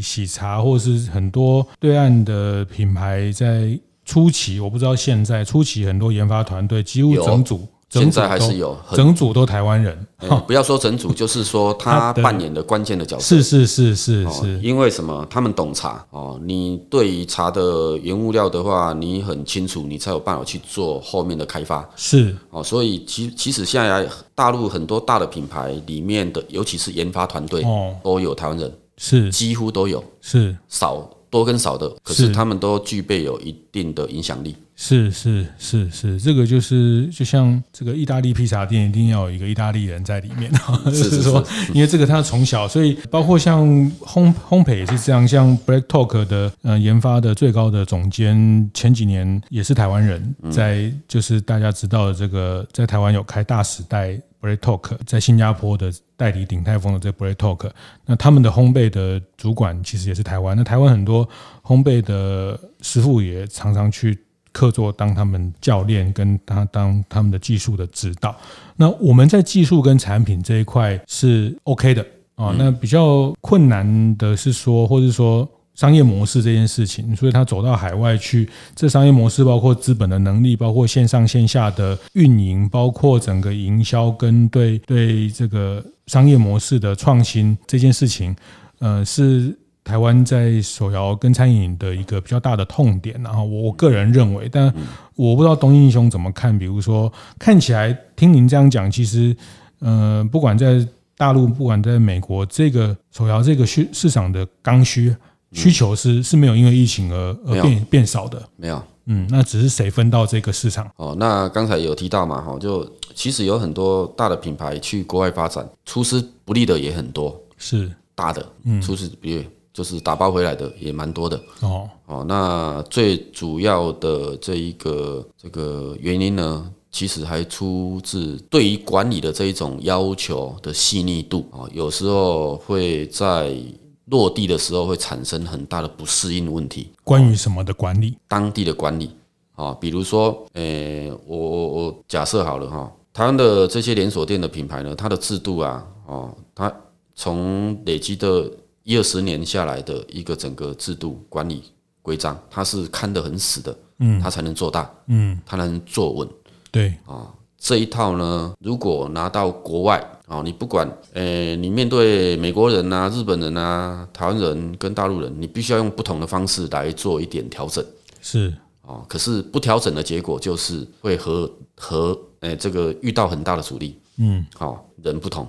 Speaker 1: 喜茶或是很多对岸的品牌，在初期我不知道现在初期很多研发团队几乎
Speaker 2: 有
Speaker 1: 整组，整
Speaker 2: 现
Speaker 1: 组
Speaker 2: 在还
Speaker 1: 都
Speaker 2: 是有很、
Speaker 1: 整组都台湾人，
Speaker 2: 嗯不要说整组，就是说
Speaker 1: (laughs) 它
Speaker 2: 他
Speaker 1: 的
Speaker 2: 扮演的关键的角色。
Speaker 1: 是是是是
Speaker 2: 哦
Speaker 1: 是，
Speaker 2: 因为什么？他们懂茶哦。你对于茶的原物料的话，你很清楚，你才有办法去做后面的开发。
Speaker 1: 是
Speaker 2: 哦，所以其其实现在大陆很多大的品牌里面的，尤其是研发团队，
Speaker 1: 哦
Speaker 2: 都有台湾人，
Speaker 1: 是
Speaker 2: 几乎都有，
Speaker 1: 是
Speaker 2: 少多跟少的，可是
Speaker 1: 是
Speaker 2: 他们都具备有一定的影响力。
Speaker 1: 是是是是，这个就是就像这个意大利披萨店一定要有一个意大利人在里面，哦就是
Speaker 2: 是
Speaker 1: 说，因为这个他从小，所以包括像烘烘焙也是这样，像 Black Talk 的呃研发的最高的总监前几年也是台湾人，在就是大家知道的这个在台湾有开大时代 Black Talk，在新加坡的代理鼎泰丰的这个 Black Talk，那他们的烘焙的主管其实也是台湾，那台湾很多烘焙的师傅也常常去客座当他们教练，跟他当他们的技术的指导。那我们在技术跟产品这一块是 OK 的啊，那比较困难的是说，或者说。商业模式这件事情，所以他走到海外去，这商业模式包括资本的能力，包括线上线下的运营，包括整个营销跟对对这个商业模式的创新这件事情，呃，是台湾在手摇跟餐饮的一个比较大的痛点。然后我我个人认为，但
Speaker 2: 嗯
Speaker 1: 我不知道东英兄怎么看。比如说，看起来听您这样讲，其实，呃，不管在大陆，不管在美国，这个手摇这个市市场的刚需需求是是没有因为疫情而
Speaker 2: 嗯没
Speaker 1: 而
Speaker 2: 有
Speaker 1: 变变少的。
Speaker 2: 没有
Speaker 1: 嗯，那只是谁分到这个市场？
Speaker 2: 哦，那刚才有提到嘛，哈、就其实有很多大的品牌去国外发展，出师不利的也很多，
Speaker 1: 是
Speaker 2: 大的，
Speaker 1: 嗯
Speaker 2: 出师不利就是打包回来的也蛮多的。
Speaker 1: 哦，
Speaker 2: 哦，那最主要的这一个这个原因呢，其实还出自对于管理的这一种要求的细腻度啊、哦，有时候会在落地的时候会产生很大的不适应问题，
Speaker 1: 关于什么的管理？
Speaker 2: 当地的管理啊、哦，比如说，呃，我我我假设好了哈、台湾的这些连锁店的品牌呢，它的制度啊，哦，它从累积的一二十年下来的一个整个制度管理规章，它是看得很死的，嗯，它才能做大，嗯，它才能坐稳。
Speaker 1: 对，
Speaker 2: 这一套呢，如果拿到国外哦，你不管，呃，你面对美国人啊、日本人啊、台湾人跟大陆人，你必须要用不同的方式来做一点调整。
Speaker 1: 是
Speaker 2: 哦，可是不调整的结果就是会和和诶、这个遇到很大的阻力。嗯，好、人不同，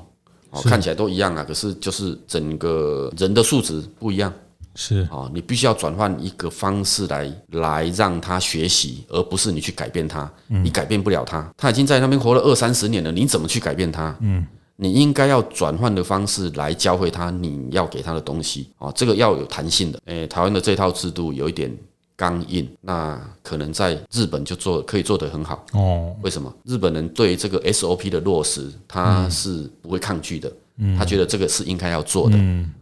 Speaker 2: 哦，看起来都一样啊，可是就是整个人的素质不一样。
Speaker 1: 是
Speaker 2: 哦，你必须要转换一个方式来来让他学习，而不是你去改变他。你改变不了他，他已经在那边活了二三十年了，你怎么去改变他？嗯，你应该要转换的方式来教会他你要给他的东西。哦，这个要有弹性的。诶、台湾的这套制度有一点钢印，那可能在日本就做可以做得很好。
Speaker 1: 哦，
Speaker 2: 为什么？日本人对这个 SOP 的落实，他是不会抗拒的，他觉得这个是应该要做的，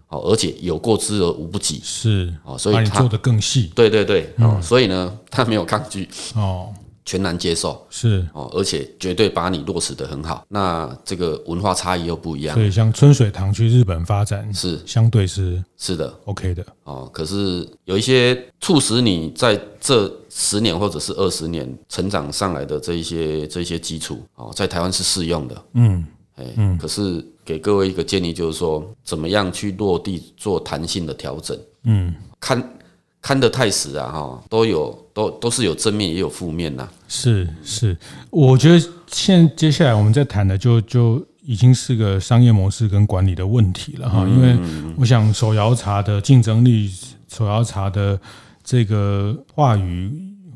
Speaker 2: 好，而且有过之而无不及。
Speaker 1: 是，
Speaker 2: 哦所以
Speaker 1: 啊把你
Speaker 2: 他
Speaker 1: 做得嗯更细
Speaker 2: 对对对，哦，所以呢，他没有抗拒，
Speaker 1: 哦，
Speaker 2: 全然接受，
Speaker 1: 是。
Speaker 2: 哦，而且绝对把你落实得很好。那这个文化差异又不一样
Speaker 1: 所，以像春水堂去日本发展，
Speaker 2: 是
Speaker 1: 相对是
Speaker 2: 是的，
Speaker 1: OK 的，
Speaker 2: 哦，可是有一些促使你在这十年或者是二十年成长上来的这一些这一些基础，哦，在台湾是适用的，
Speaker 1: 嗯，
Speaker 2: 哎，可是给各位一个建议，就是说怎么样去落地做弹性的调整，
Speaker 1: 嗯，
Speaker 2: 看看得太死啊，哈、都有都都是有正面也有负面呐、
Speaker 1: 是是。我觉得现接下来我们在谈的就就已经是个商业模式跟管理的问题了哈，因为我想手摇茶的竞争力，手摇茶的这个话语。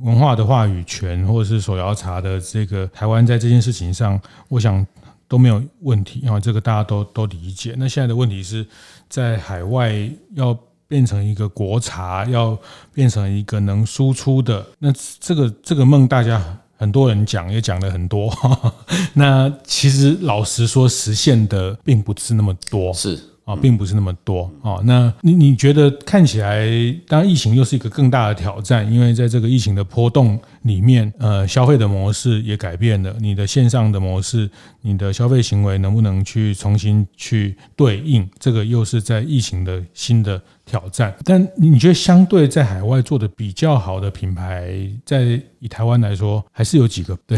Speaker 1: 文化的话语权，或者是手摇茶的这个台湾在这件事情上，我想都没有问题啊，这个大家都都理解。那现在的问题是在海外要变成一个国茶，要变成一个能输出的，那这个这个梦大家。很多人讲也讲了很多， (laughs) 那其实老实说，实现的并不是那么多。
Speaker 2: 是
Speaker 1: 啊、并不是那么多啊、那你你觉得看起来，当然疫情又是一个更大的挑战，因为在这个疫情的波动里面，呃，消费的模式也改变了，你的线上的模式，你的消费行为能不能去重新去对应，这个又是在疫情的新的挑战。但你你觉得相对在海外做的比较好的品牌，在以台湾来说，还是有几个对，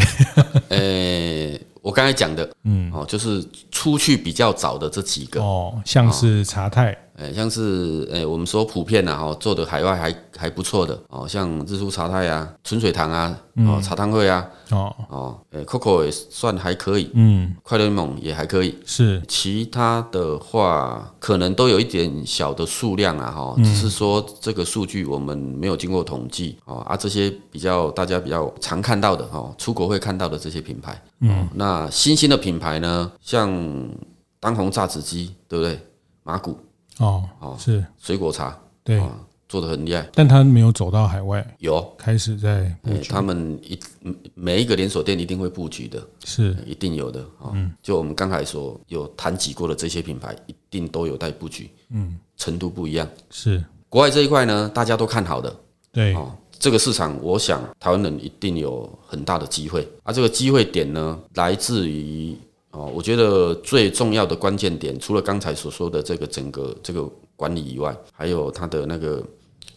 Speaker 2: 呃，我刚才讲的，
Speaker 1: (laughs)
Speaker 2: 嗯，哦，就是出去比较早的这几个，
Speaker 1: 哦，像是茶太，
Speaker 2: 呃，像是呃，我们说普遍啊，哦，做的海外还还不错的哦，像日出茶太啊、春水堂啊、哦茶汤会啊、
Speaker 1: 哦，
Speaker 2: 哦，呃，Coco 也算还可以，
Speaker 1: 嗯，
Speaker 2: 快乐梦也还可以，
Speaker 1: 是，
Speaker 2: 其他的话可能都有一点小的数量啊，哈，只是说这个数据我们没有经过统计哦啊，这些比较大家比较常看到的哦，出国会看到的这些品牌，嗯，那新兴的品牌呢，像当红榨汁机，对不对？马古
Speaker 1: 哦，是
Speaker 2: 水果茶
Speaker 1: 对。
Speaker 2: 做的很厉害，
Speaker 1: 但他没有走到海外，
Speaker 2: 有。
Speaker 1: 开始在布
Speaker 2: 哎
Speaker 1: 局，
Speaker 2: 他们一每一个连锁店一定会布局的，
Speaker 1: 是
Speaker 2: 一定有的啊、哦就我们刚才所有谈及过的这些品牌，一定都有待布局，嗯，程度不一样。
Speaker 1: 是，
Speaker 2: 国外这一块呢，大家都看好的
Speaker 1: 对，
Speaker 2: 哦。这个市场，我想台湾人一定有很大的机会啊。这个机会点呢，来自于哦，我觉得最重要的关键点，除了刚才所说的这个整个这个管理以外，还有它的那个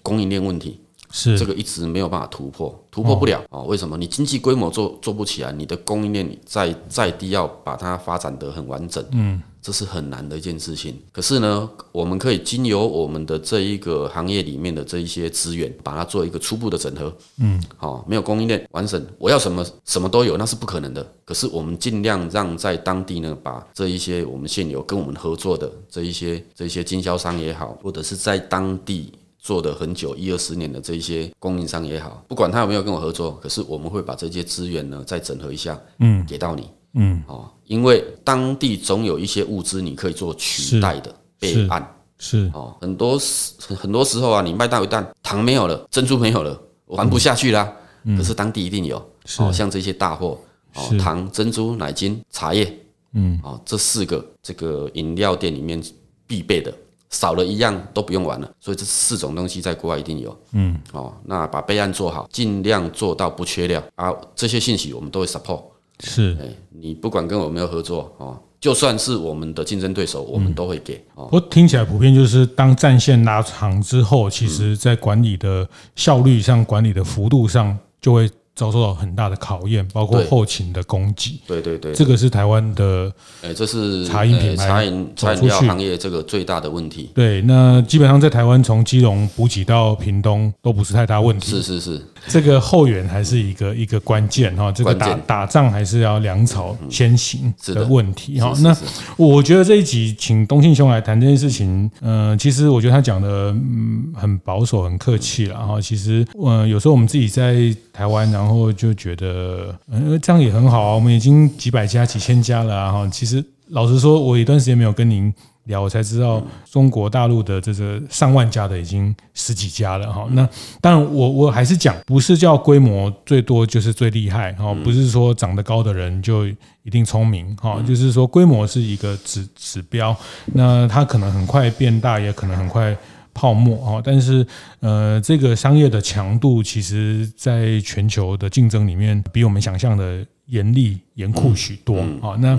Speaker 2: 供应链问题，这
Speaker 1: 是
Speaker 2: 个一直没有办法突破，突破不了哦。为什么？你经济规模做做不起来，你的供应链再再低，要把它发展得很完整，嗯，这是很难的一件事情。可是呢，我们可以经由我们的这一个行业里面的这一些资源，把它做一个初步的整合，嗯，哦，没有供应链完整，我要什么什么都有，那是不可能的。可是我们尽量让在当地呢，把这一些我们现有跟我们合作的这一些这一些经销商也好，或者是在当地做的很久一二十年的这一些供应商也好，不管他有没有跟我合作，可是我们会把这些资源呢再整合一下，嗯，给到你，嗯，哦，因为当地总有一些物资你可以做取代的备案，
Speaker 1: 是
Speaker 2: 哦，很多时很多时候啊，你卖大鱼蛋，糖没有了，珍珠没有了，玩不下去啦。可嗯是当地一定有，哦，像这些大货，哦
Speaker 1: 是，
Speaker 2: 糖、珍珠、奶精、茶叶，嗯，哦，这四个这个饮料店里面必备的，少了一样都不用玩了。所以这四种东西在国外一定有，嗯，哦，那把备案做好，尽量做到不缺料啊，这些信息我们都会 support。
Speaker 1: 是。
Speaker 2: 哎，你不管跟我们有合作哦，就算是我们的竞争对手，我们都会给哦。
Speaker 1: 不过听起来普遍就是，当战线拉长之后，其实在管理的效率上、管理的幅度上，就会遭受到很大的考验，包括
Speaker 2: 对
Speaker 1: 后勤的供给。
Speaker 2: 对对对，
Speaker 1: 这个是台湾的
Speaker 2: 哎，这是
Speaker 1: 茶饮品牌
Speaker 2: 哎茶饮
Speaker 1: 走出
Speaker 2: 茶
Speaker 1: 去
Speaker 2: 饮料行业这个最大的问题。
Speaker 1: 对，那基本上在台湾从基隆补给到屏东都不是太大问题。
Speaker 2: 是是是，
Speaker 1: 这个后援还是一个一个关键哈，这个
Speaker 2: 关
Speaker 1: 打
Speaker 2: 键
Speaker 1: 打仗还是要粮草先行
Speaker 2: 是
Speaker 1: 的
Speaker 2: 的
Speaker 1: 问题哈
Speaker 2: 是。是
Speaker 1: 那
Speaker 2: 是
Speaker 1: 我觉得这一集请东信兄来谈这件事情，呃，其实我觉得他讲的嗯很保守、很客气了哈。其实呃有时候我们自己在台湾，然后就觉得呃这样也很好啊，我们已经几百家、几千家了啊哈、其实老实说，我有一段时间没有跟您。聊，我才知道中国大陆的这个上万家的已经十几家了哈。那当然我，我还是讲，不是叫规模最多就是最厉害哈，不是说长得高的人就一定聪明哈，就是说规模是一个指指标，那它可能很快变大，也可能很快。泡沫哦，但是呃，这个商业的强度，其实在全球的竞争里面，比我们想象的严厉、严酷许多啊、哦。那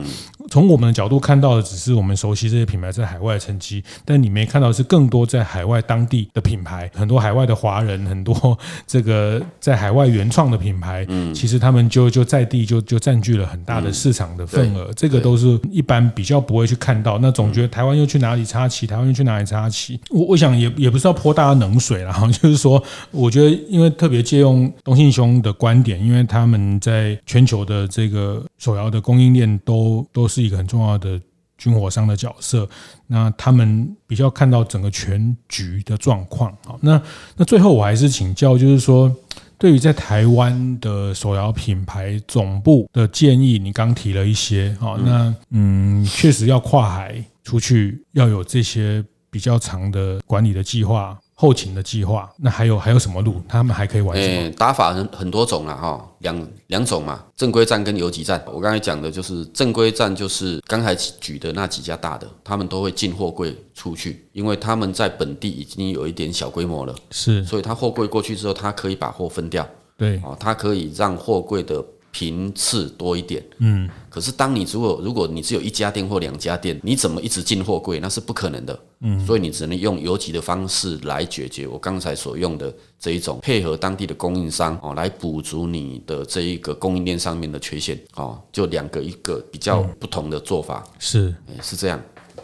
Speaker 1: 从我们的角度看到的，只是我们熟悉这些品牌在海外的成绩，但你没看到是更多在海外当地的品牌，很多海外的华人，很多这个在海外原创的品牌，其实他们就就在地就就占据了很大的市场的份额，这个都是一般比较不会去看到。那总觉得台湾又去哪里插旗，台湾又去哪里插旗，我我想也也不是要泼大家冷水啦， (laughs) 就是说，我觉得因为特别借用东信兄的观点，因为他们在全球的这个手摇的供应链都都是一个很重要的军火商的角色，那他们比较看到整个全局的状况。好，那那最后我还是请教，就是说。对于在台湾的手摇品牌总部的建议，你刚提了一些啊、哦，那嗯，确实要跨海出去，要有这些比较长的管理的计划、后勤的计划。那还有还有什么路？他们还可以玩什么？
Speaker 2: 诶、打法很很多种啦，哈，两两种嘛，正规战跟游击战。我刚才讲的就是正规战，就是刚才举的那几家大的，他们都会进货柜出去，因为他们在本地已经有一点小规模了，
Speaker 1: 是
Speaker 2: 所以他货柜过去之后，他可以把货分掉，
Speaker 1: 对，
Speaker 2: 哦，它可以让货柜的频次多一点。
Speaker 1: 嗯，
Speaker 2: 可是当你如果如果你只有一家店或两家店，你怎么一直进货柜？那是不可能的。嗯，所以你只能用邮寄的方式来解决我刚才所用的这一种，配合当地的供应商哦，来补足你的这一个供应链上面的缺陷哦，就两个一个比较不同的做法，
Speaker 1: 是
Speaker 2: 诶是这样。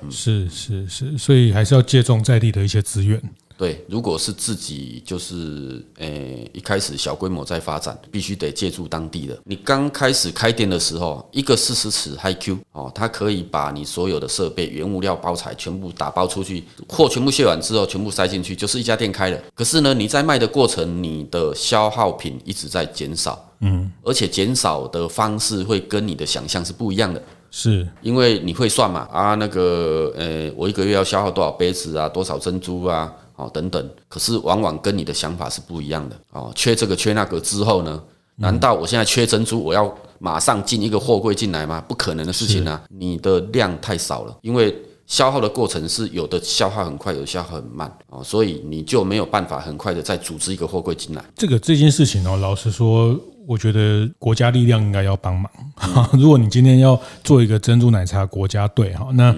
Speaker 1: 是是是，所以还是要借重在地的一些资源。
Speaker 2: 对，如果是自己就是呃一开始小规模在发展，必须得借助当地的。你刚开始开店的时候，一个四十尺 Hi Q 哦，它可以把你所有的设备、原物料、包材全部打包出去，货全部卸完之后，全部塞进去，就是一家店开了。可是呢，你在卖的过程，你的消耗品一直在减少，嗯，而且减少的方式会跟你的想象是不一样的。
Speaker 1: 是
Speaker 2: 因为你会算嘛啊，那个呃，我一个月要消耗多少杯子啊，多少珍珠啊，哦等等。可是往往跟你的想法是不一样的哦，缺这个缺那个之后呢，难道我现在缺珍珠，我要马上进一个货柜进来吗？不可能的事情啊，你的量太少了，因为。消耗的过程是有的消耗很快，有的消耗很慢哦，所以你就没有办法很快的再组织一个货柜进来。
Speaker 1: 这个这件事情哦，老实说，我觉得国家力量应该要帮忙。 (laughs) 如果你今天要做一个珍珠奶茶国家队哈，那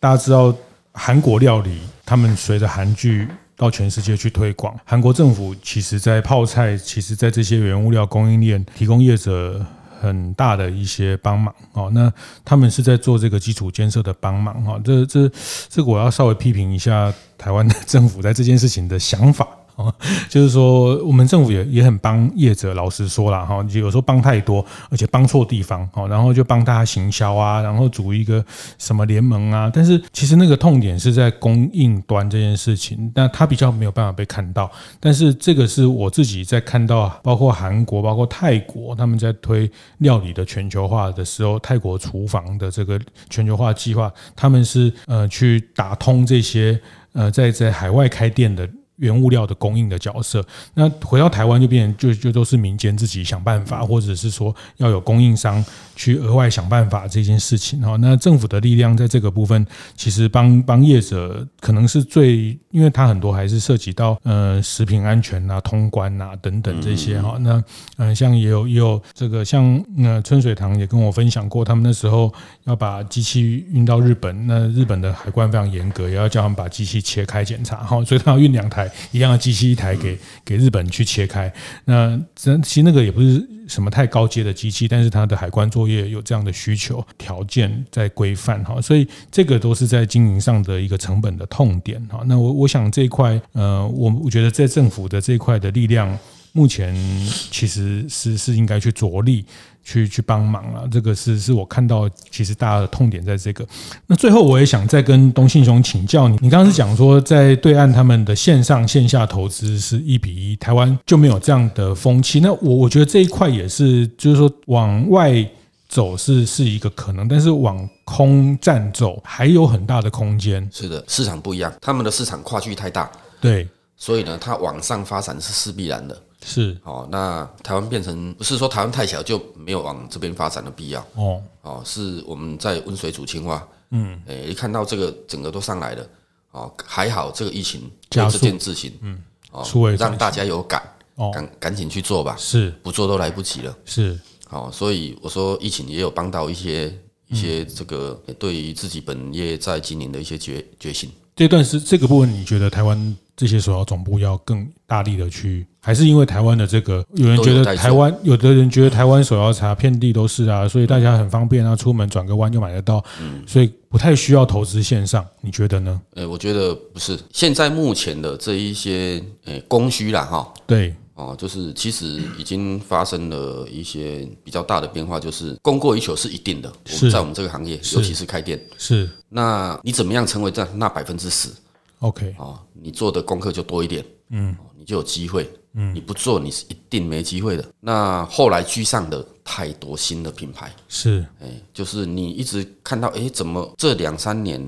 Speaker 1: 大家知道韩国料理，他们随着韩剧。到全世界去推广，韩国政府其实，在泡菜，其实在这些原物料供应链提供业者很大的一些帮忙哦。那他们是在做这个基础建设的帮忙哈、哦。这这这个我要稍微批评一下台湾的政府在这件事情的想法。哦，就是说，我们政府也也很帮业者，老实说了哈，哦有时候帮太多，而且帮错地方哦，然后就帮大家行销啊，然后组一个什么联盟啊，但是其实那个痛点是在供应端这件事情，那它比较没有办法被看到，但是这个是我自己在看到，包括韩国、包括泰国他们在推料理的全球化的时候，泰国厨房的这个全球化计划，他们是呃去打通这些呃在在海外开店的原物料的供应的角色。那回到台湾就变成就就都是民间自己想办法，或者是说要有供应商去额外想办法这件事情哈。那政府的力量在这个部分，其实帮帮业者可能是最，因为它很多还是涉及到呃食品安全啊、通关啊等等这些哈。那嗯、呃像也有也有这个像呃春水堂也跟我分享过，他们那时候要把机器运到日本，那日本的海关非常严格，也要叫他们把机器切开检查哈，所以他要运两台一样的机器，一台给给日本去切开。那这其实那个也不是什么太高阶的机器，但是它的海关作业有这样的需求条件在规范哈，所以这个都是在经营上的一个成本的痛点哈。那我我想这一块，呃，我我觉得在政府的这一块的力量，目前其实是是应该去着力。去去帮忙啊，这个是是我看到，其实大家的痛点在这个。那最后我也想再跟东信兄请教你，你刚刚是讲说在对岸他们的线上线下投资是一比一，台湾就没有这样的风气。那我我觉得这一块也是，就是说往外走是是一个可能，但是往空站走还有很大的空间。
Speaker 2: 是的，市场不一样，他们的市场跨距太大，
Speaker 1: 对，
Speaker 2: 所以呢，它往上发展是势必然的。
Speaker 1: 是
Speaker 2: 哦，那台湾变成不是说台湾太小就没有往这边发展的必要
Speaker 1: 哦，
Speaker 2: 哦，是我们在温水煮青蛙，嗯，诶、一看到这个整个都上来了，哦，还好这个疫情
Speaker 1: 加
Speaker 2: 对
Speaker 1: 速
Speaker 2: 这件事情，嗯，哦
Speaker 1: 数位，转
Speaker 2: 让大家有感，
Speaker 1: 哦
Speaker 2: 赶赶紧去做吧，
Speaker 1: 是
Speaker 2: 不做都来不及了。
Speaker 1: 是
Speaker 2: 好、所以我说疫情也有帮到一些
Speaker 1: 嗯
Speaker 2: 一些这个对于自己本业在经营的一些决决心。
Speaker 1: 这段是这个部分，你觉得台湾这些首要总部要更大力的去，还是因为台湾的这个有人觉
Speaker 2: 都有
Speaker 1: 得
Speaker 2: 代售
Speaker 1: 台湾有的人觉得台湾首要茶遍地都是啊，所以大家很方便啊，出门转个弯就买得到，
Speaker 2: 嗯
Speaker 1: 所以不太需要投资线上，你觉得呢？
Speaker 2: 呃，我觉得不是，现在目前的这一些呃供需啦哈，
Speaker 1: 对，
Speaker 2: 哦，就是其实已经发生了一些比较大的变化，就是供过于求是一定的。我
Speaker 1: 是
Speaker 2: 们在我们这个行业，尤其是开店，
Speaker 1: 是
Speaker 2: 那你怎么样成为在那百分之十
Speaker 1: OK，
Speaker 2: 哦，你做的功课就多一点，嗯、你就有机会。嗯，你不做你是一定没机会的。那后来居上的太多新的品牌，
Speaker 1: 是
Speaker 2: 就是你一直看到，诶，怎么这两三年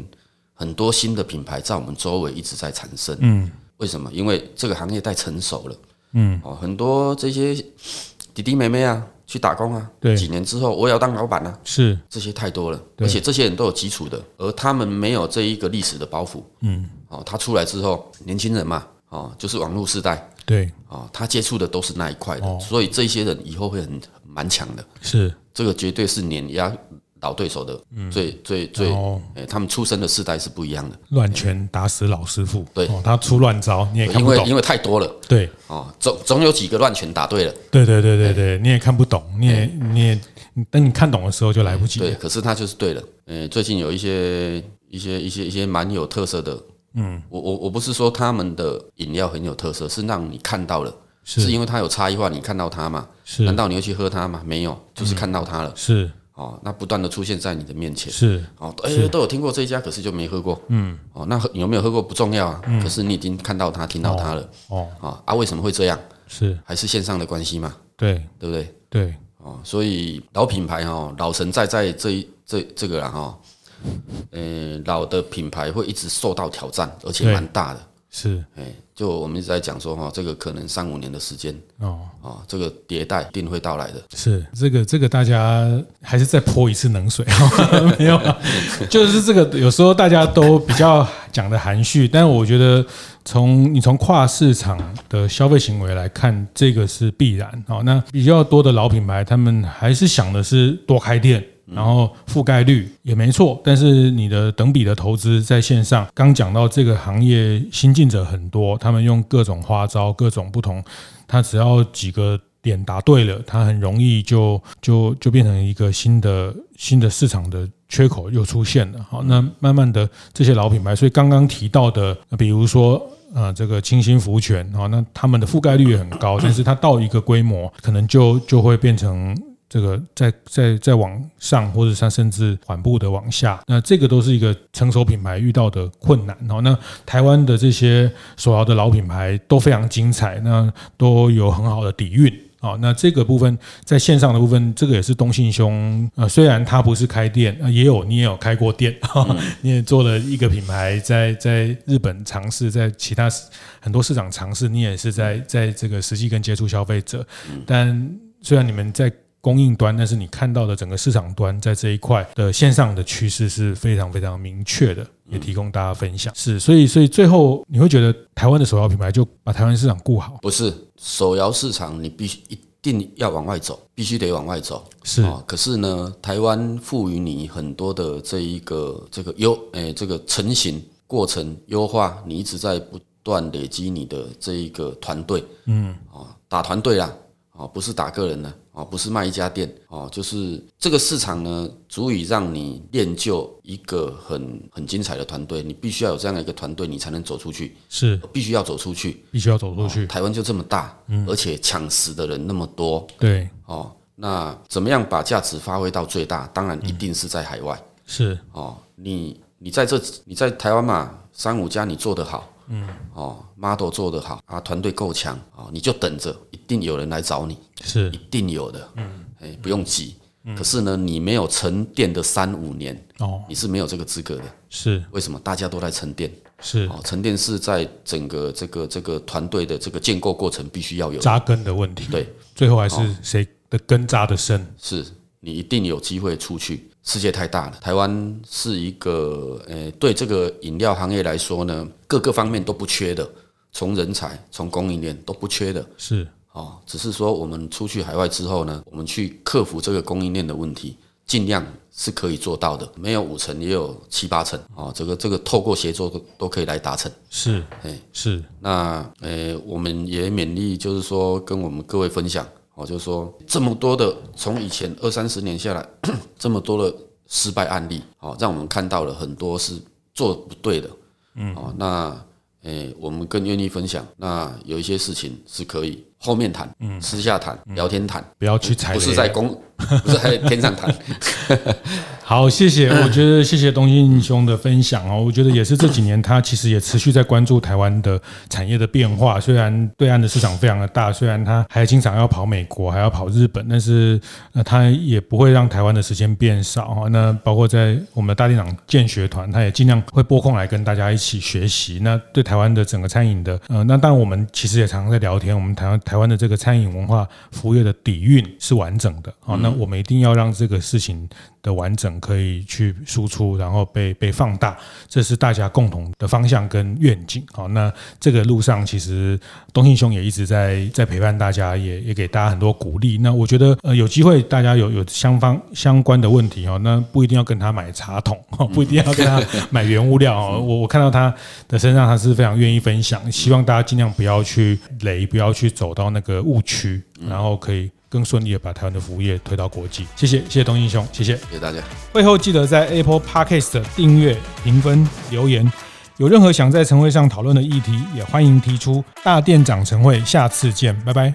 Speaker 2: 很多新的品牌在我们周围一直在产生？嗯，为什么？因为这个行业太成熟了。嗯，哦，很多这些弟弟妹妹啊，去打工啊，
Speaker 1: 对
Speaker 2: 几年之后我也要当老板啊，
Speaker 1: 是
Speaker 2: 这些太多了，
Speaker 1: 对
Speaker 2: 而且这些人都有基础的，而他们没有这一个历史的包袱。嗯，哦，他出来之后，年轻人嘛，哦，就是网络世代。
Speaker 1: 对，
Speaker 2: 哦，他接触的都是那一块的，
Speaker 1: 哦
Speaker 2: 所以这些人以后会很蛮强的。
Speaker 1: 是
Speaker 2: 这个绝对是碾压老对手的
Speaker 1: 嗯
Speaker 2: 最最最
Speaker 1: 然后，
Speaker 2: 诶他们出生的世代是不一样的，
Speaker 1: 乱拳打死老师傅，
Speaker 2: 对
Speaker 1: 哦，他出乱招你也哎看
Speaker 2: 因
Speaker 1: 不
Speaker 2: 为
Speaker 1: 懂，
Speaker 2: 因为太多了
Speaker 1: 对
Speaker 2: 哦，总总有几个乱拳打对了，
Speaker 1: 对对对对对，你也看不懂，你也你也等你看懂的时候就来不及
Speaker 2: 对，
Speaker 1: 了，
Speaker 2: 可是他就是对了。诶，最近有一些一些一些一些蛮有特色的，嗯，我我我不是说他们的饮料很有特色，是让你看到了，是
Speaker 1: 是
Speaker 2: 因为它有差异化，你看到它嘛？
Speaker 1: 是嗯
Speaker 2: 难道你会去喝它吗？没有，就是看到它了
Speaker 1: 是
Speaker 2: 哦，那不断的出现在你的面前。
Speaker 1: 是
Speaker 2: 哦，哎、都有听过这一家，可是就没喝过。嗯，哦，那喝有没有喝过不重要啊，可是你已经看到他、听到他了。
Speaker 1: 哦
Speaker 2: 啊啊，为什么会这样？
Speaker 1: 是，
Speaker 2: 还是线上的关系嘛，
Speaker 1: 对
Speaker 2: 对不对？
Speaker 1: 对。
Speaker 2: 哦，所以老品牌哦，老神在在这一这这个啦哈、哦，呃，老的品牌会一直受到挑战，而且
Speaker 1: 对
Speaker 2: 蛮大的。
Speaker 1: 是
Speaker 2: 哎，就我们一直在讲说哈、哦，这个可能三五年的时间
Speaker 1: 哦，
Speaker 2: 哦，这个迭代一定会到来的。
Speaker 1: 是这个这个大家还是再泼一次冷水， (laughs) 没有啊，就是这个有时候大家都比较讲的含蓄，但我觉得从你从跨市场的消费行为来看，这个是必然哦。那比较多的老品牌，他们还是想的是多开店。然后覆盖率也没错，但是你的等比的投资在线上，刚讲到这个行业新进者很多，他们用各种花招、各种不同，他只要几个点答对了，他很容易就就就变成一个新的新的市场的缺口又出现了。好，那慢慢的这些老品牌，所以刚刚提到的，呃比如说呃，这个清新福泉啊、哦，那他们的覆盖率也很高，但是它到一个规模，可能就就会变成这个再再再往上，或者它甚至缓步的往下。那这个都是一个成熟品牌遇到的困难哦。那台湾的这些手摇的老品牌都非常精彩，那都有很好的底蕴。哦，那这个部分在线上的部分，这个也是东信兄，呃，虽然他不是开店，呃、也有你也有开过店， (laughs) 哈哈你也做了一个品牌在，在日本尝试，在其他市很多市场尝试，你也是在在这个实际跟接触消费者，但虽然你们在供应端，但是你看到的整个市场端在这一块的线上的趋势是非常非常明确的，也提供大家分享。是，所以所以最后你会觉得台湾的首要品牌就把台湾市场顾好，
Speaker 2: 不是手摇市场，你必须一定要往外走，必须得往外走。
Speaker 1: 是
Speaker 2: 哦，可是呢，台湾赋予你很多的这一个这个优诶、这个成型过程优化，你一直在不断累积你的这一个团队，嗯，哦，打团队啦，哦，不是打个人啦，哦，不是卖一家店，哦，就是这个市场呢，足以让你练就一个很很精彩的团队，你必须要有这样的一个团队，你才能走出去，
Speaker 1: 是哦
Speaker 2: 必须要走出去。哦
Speaker 1: 必须要走出去，嗯
Speaker 2: 台湾就这么大，而且抢食的人那么多，
Speaker 1: 对，
Speaker 2: 哦，那怎么样把价值发挥到最大？当然一定是在海外、
Speaker 1: 是
Speaker 2: 哦。你你在这你在台湾嘛，三五家你做得好，嗯，哦，model 做得好啊，团队够强哦，你就等着，一定有人来找你，
Speaker 1: 是
Speaker 2: 一定有的，嗯，哎，不用急，可是呢，你没有沉淀的三五年，
Speaker 1: 哦，
Speaker 2: 你是没有这个资格的。
Speaker 1: 是
Speaker 2: 为什么？大家都在沉淀，
Speaker 1: 是
Speaker 2: 哦，沉淀是在整个这个这个团队的这个建构过程必须要有的。
Speaker 1: 扎根的问题，
Speaker 2: 对，
Speaker 1: 最后还是谁的根扎的深，
Speaker 2: 是你一定有机会出去。世界太大了，台湾是一个呃，对这个饮料行业来说呢，各个方面都不缺的，从人才、从供应链都不缺的
Speaker 1: 是
Speaker 2: 哦。只是说我们出去海外之后呢，我们去克服这个供应链的问题，尽量是可以做到的，没有五成也有七八成哦。这个这个透过协作都都可以来达成。
Speaker 1: 是
Speaker 2: 哎
Speaker 1: 是
Speaker 2: 那呃，我们也勉励，就是说跟我们各位分享，哦，就是说这么多的从以前二三十年下来， (clears throat) 这么多的失败案例，哦，让我们看到了很多是做不对的，嗯，哦，那诶，我们更愿意分享。那有一些事情是可以后面谈，嗯，啊私下谈，聊天谈，
Speaker 1: 不要去踩
Speaker 2: 不是
Speaker 1: 雷。
Speaker 2: 在公， (laughs) 不是在天上谈， (laughs)
Speaker 1: 好，谢 (clears throat) 谢，我觉得谢谢东信兄的分享哦，我觉得也是这几年他其实也持续在关注台湾的产业的变化，虽然对岸的市场非常的大，虽然他还经常要跑美国，还要跑日本，但是呃他也不会让台湾的时间变少哈、哦。那包括在我们的大店长建学团，他也尽量会拨空来跟大家一起学习。那对台湾的整个餐饮的呃，那当然我们其实也常常在聊天，我们台湾台湾的这个餐饮文化服务业的底蕴是完整的啊、哦，那我们一定要让这个事情。的完整可以去输出，然后被被放大，这是大家共同的方向跟愿景。好，那这个路上其实东信兄也一直在在陪伴大家，也也给大家很多鼓励。那我觉得呃有机会大家有有相方相关的问题哦，那不一定要跟他买茶桶，哦不一定要跟他买原物料哦。我我看到他的身上，他是非常愿意分享，希望大家尽量不要去雷，不要去走到那个误区，然后可以。更顺利的把台湾的服务业推到国际，谢谢，谢谢东英兄，谢谢。
Speaker 2: 给大家。
Speaker 1: 会后记得在 Apple Podcast 订阅、评分、留言。有任何想在晨会上讨论的议题，也欢迎提出。大店长晨会，下次见，拜拜。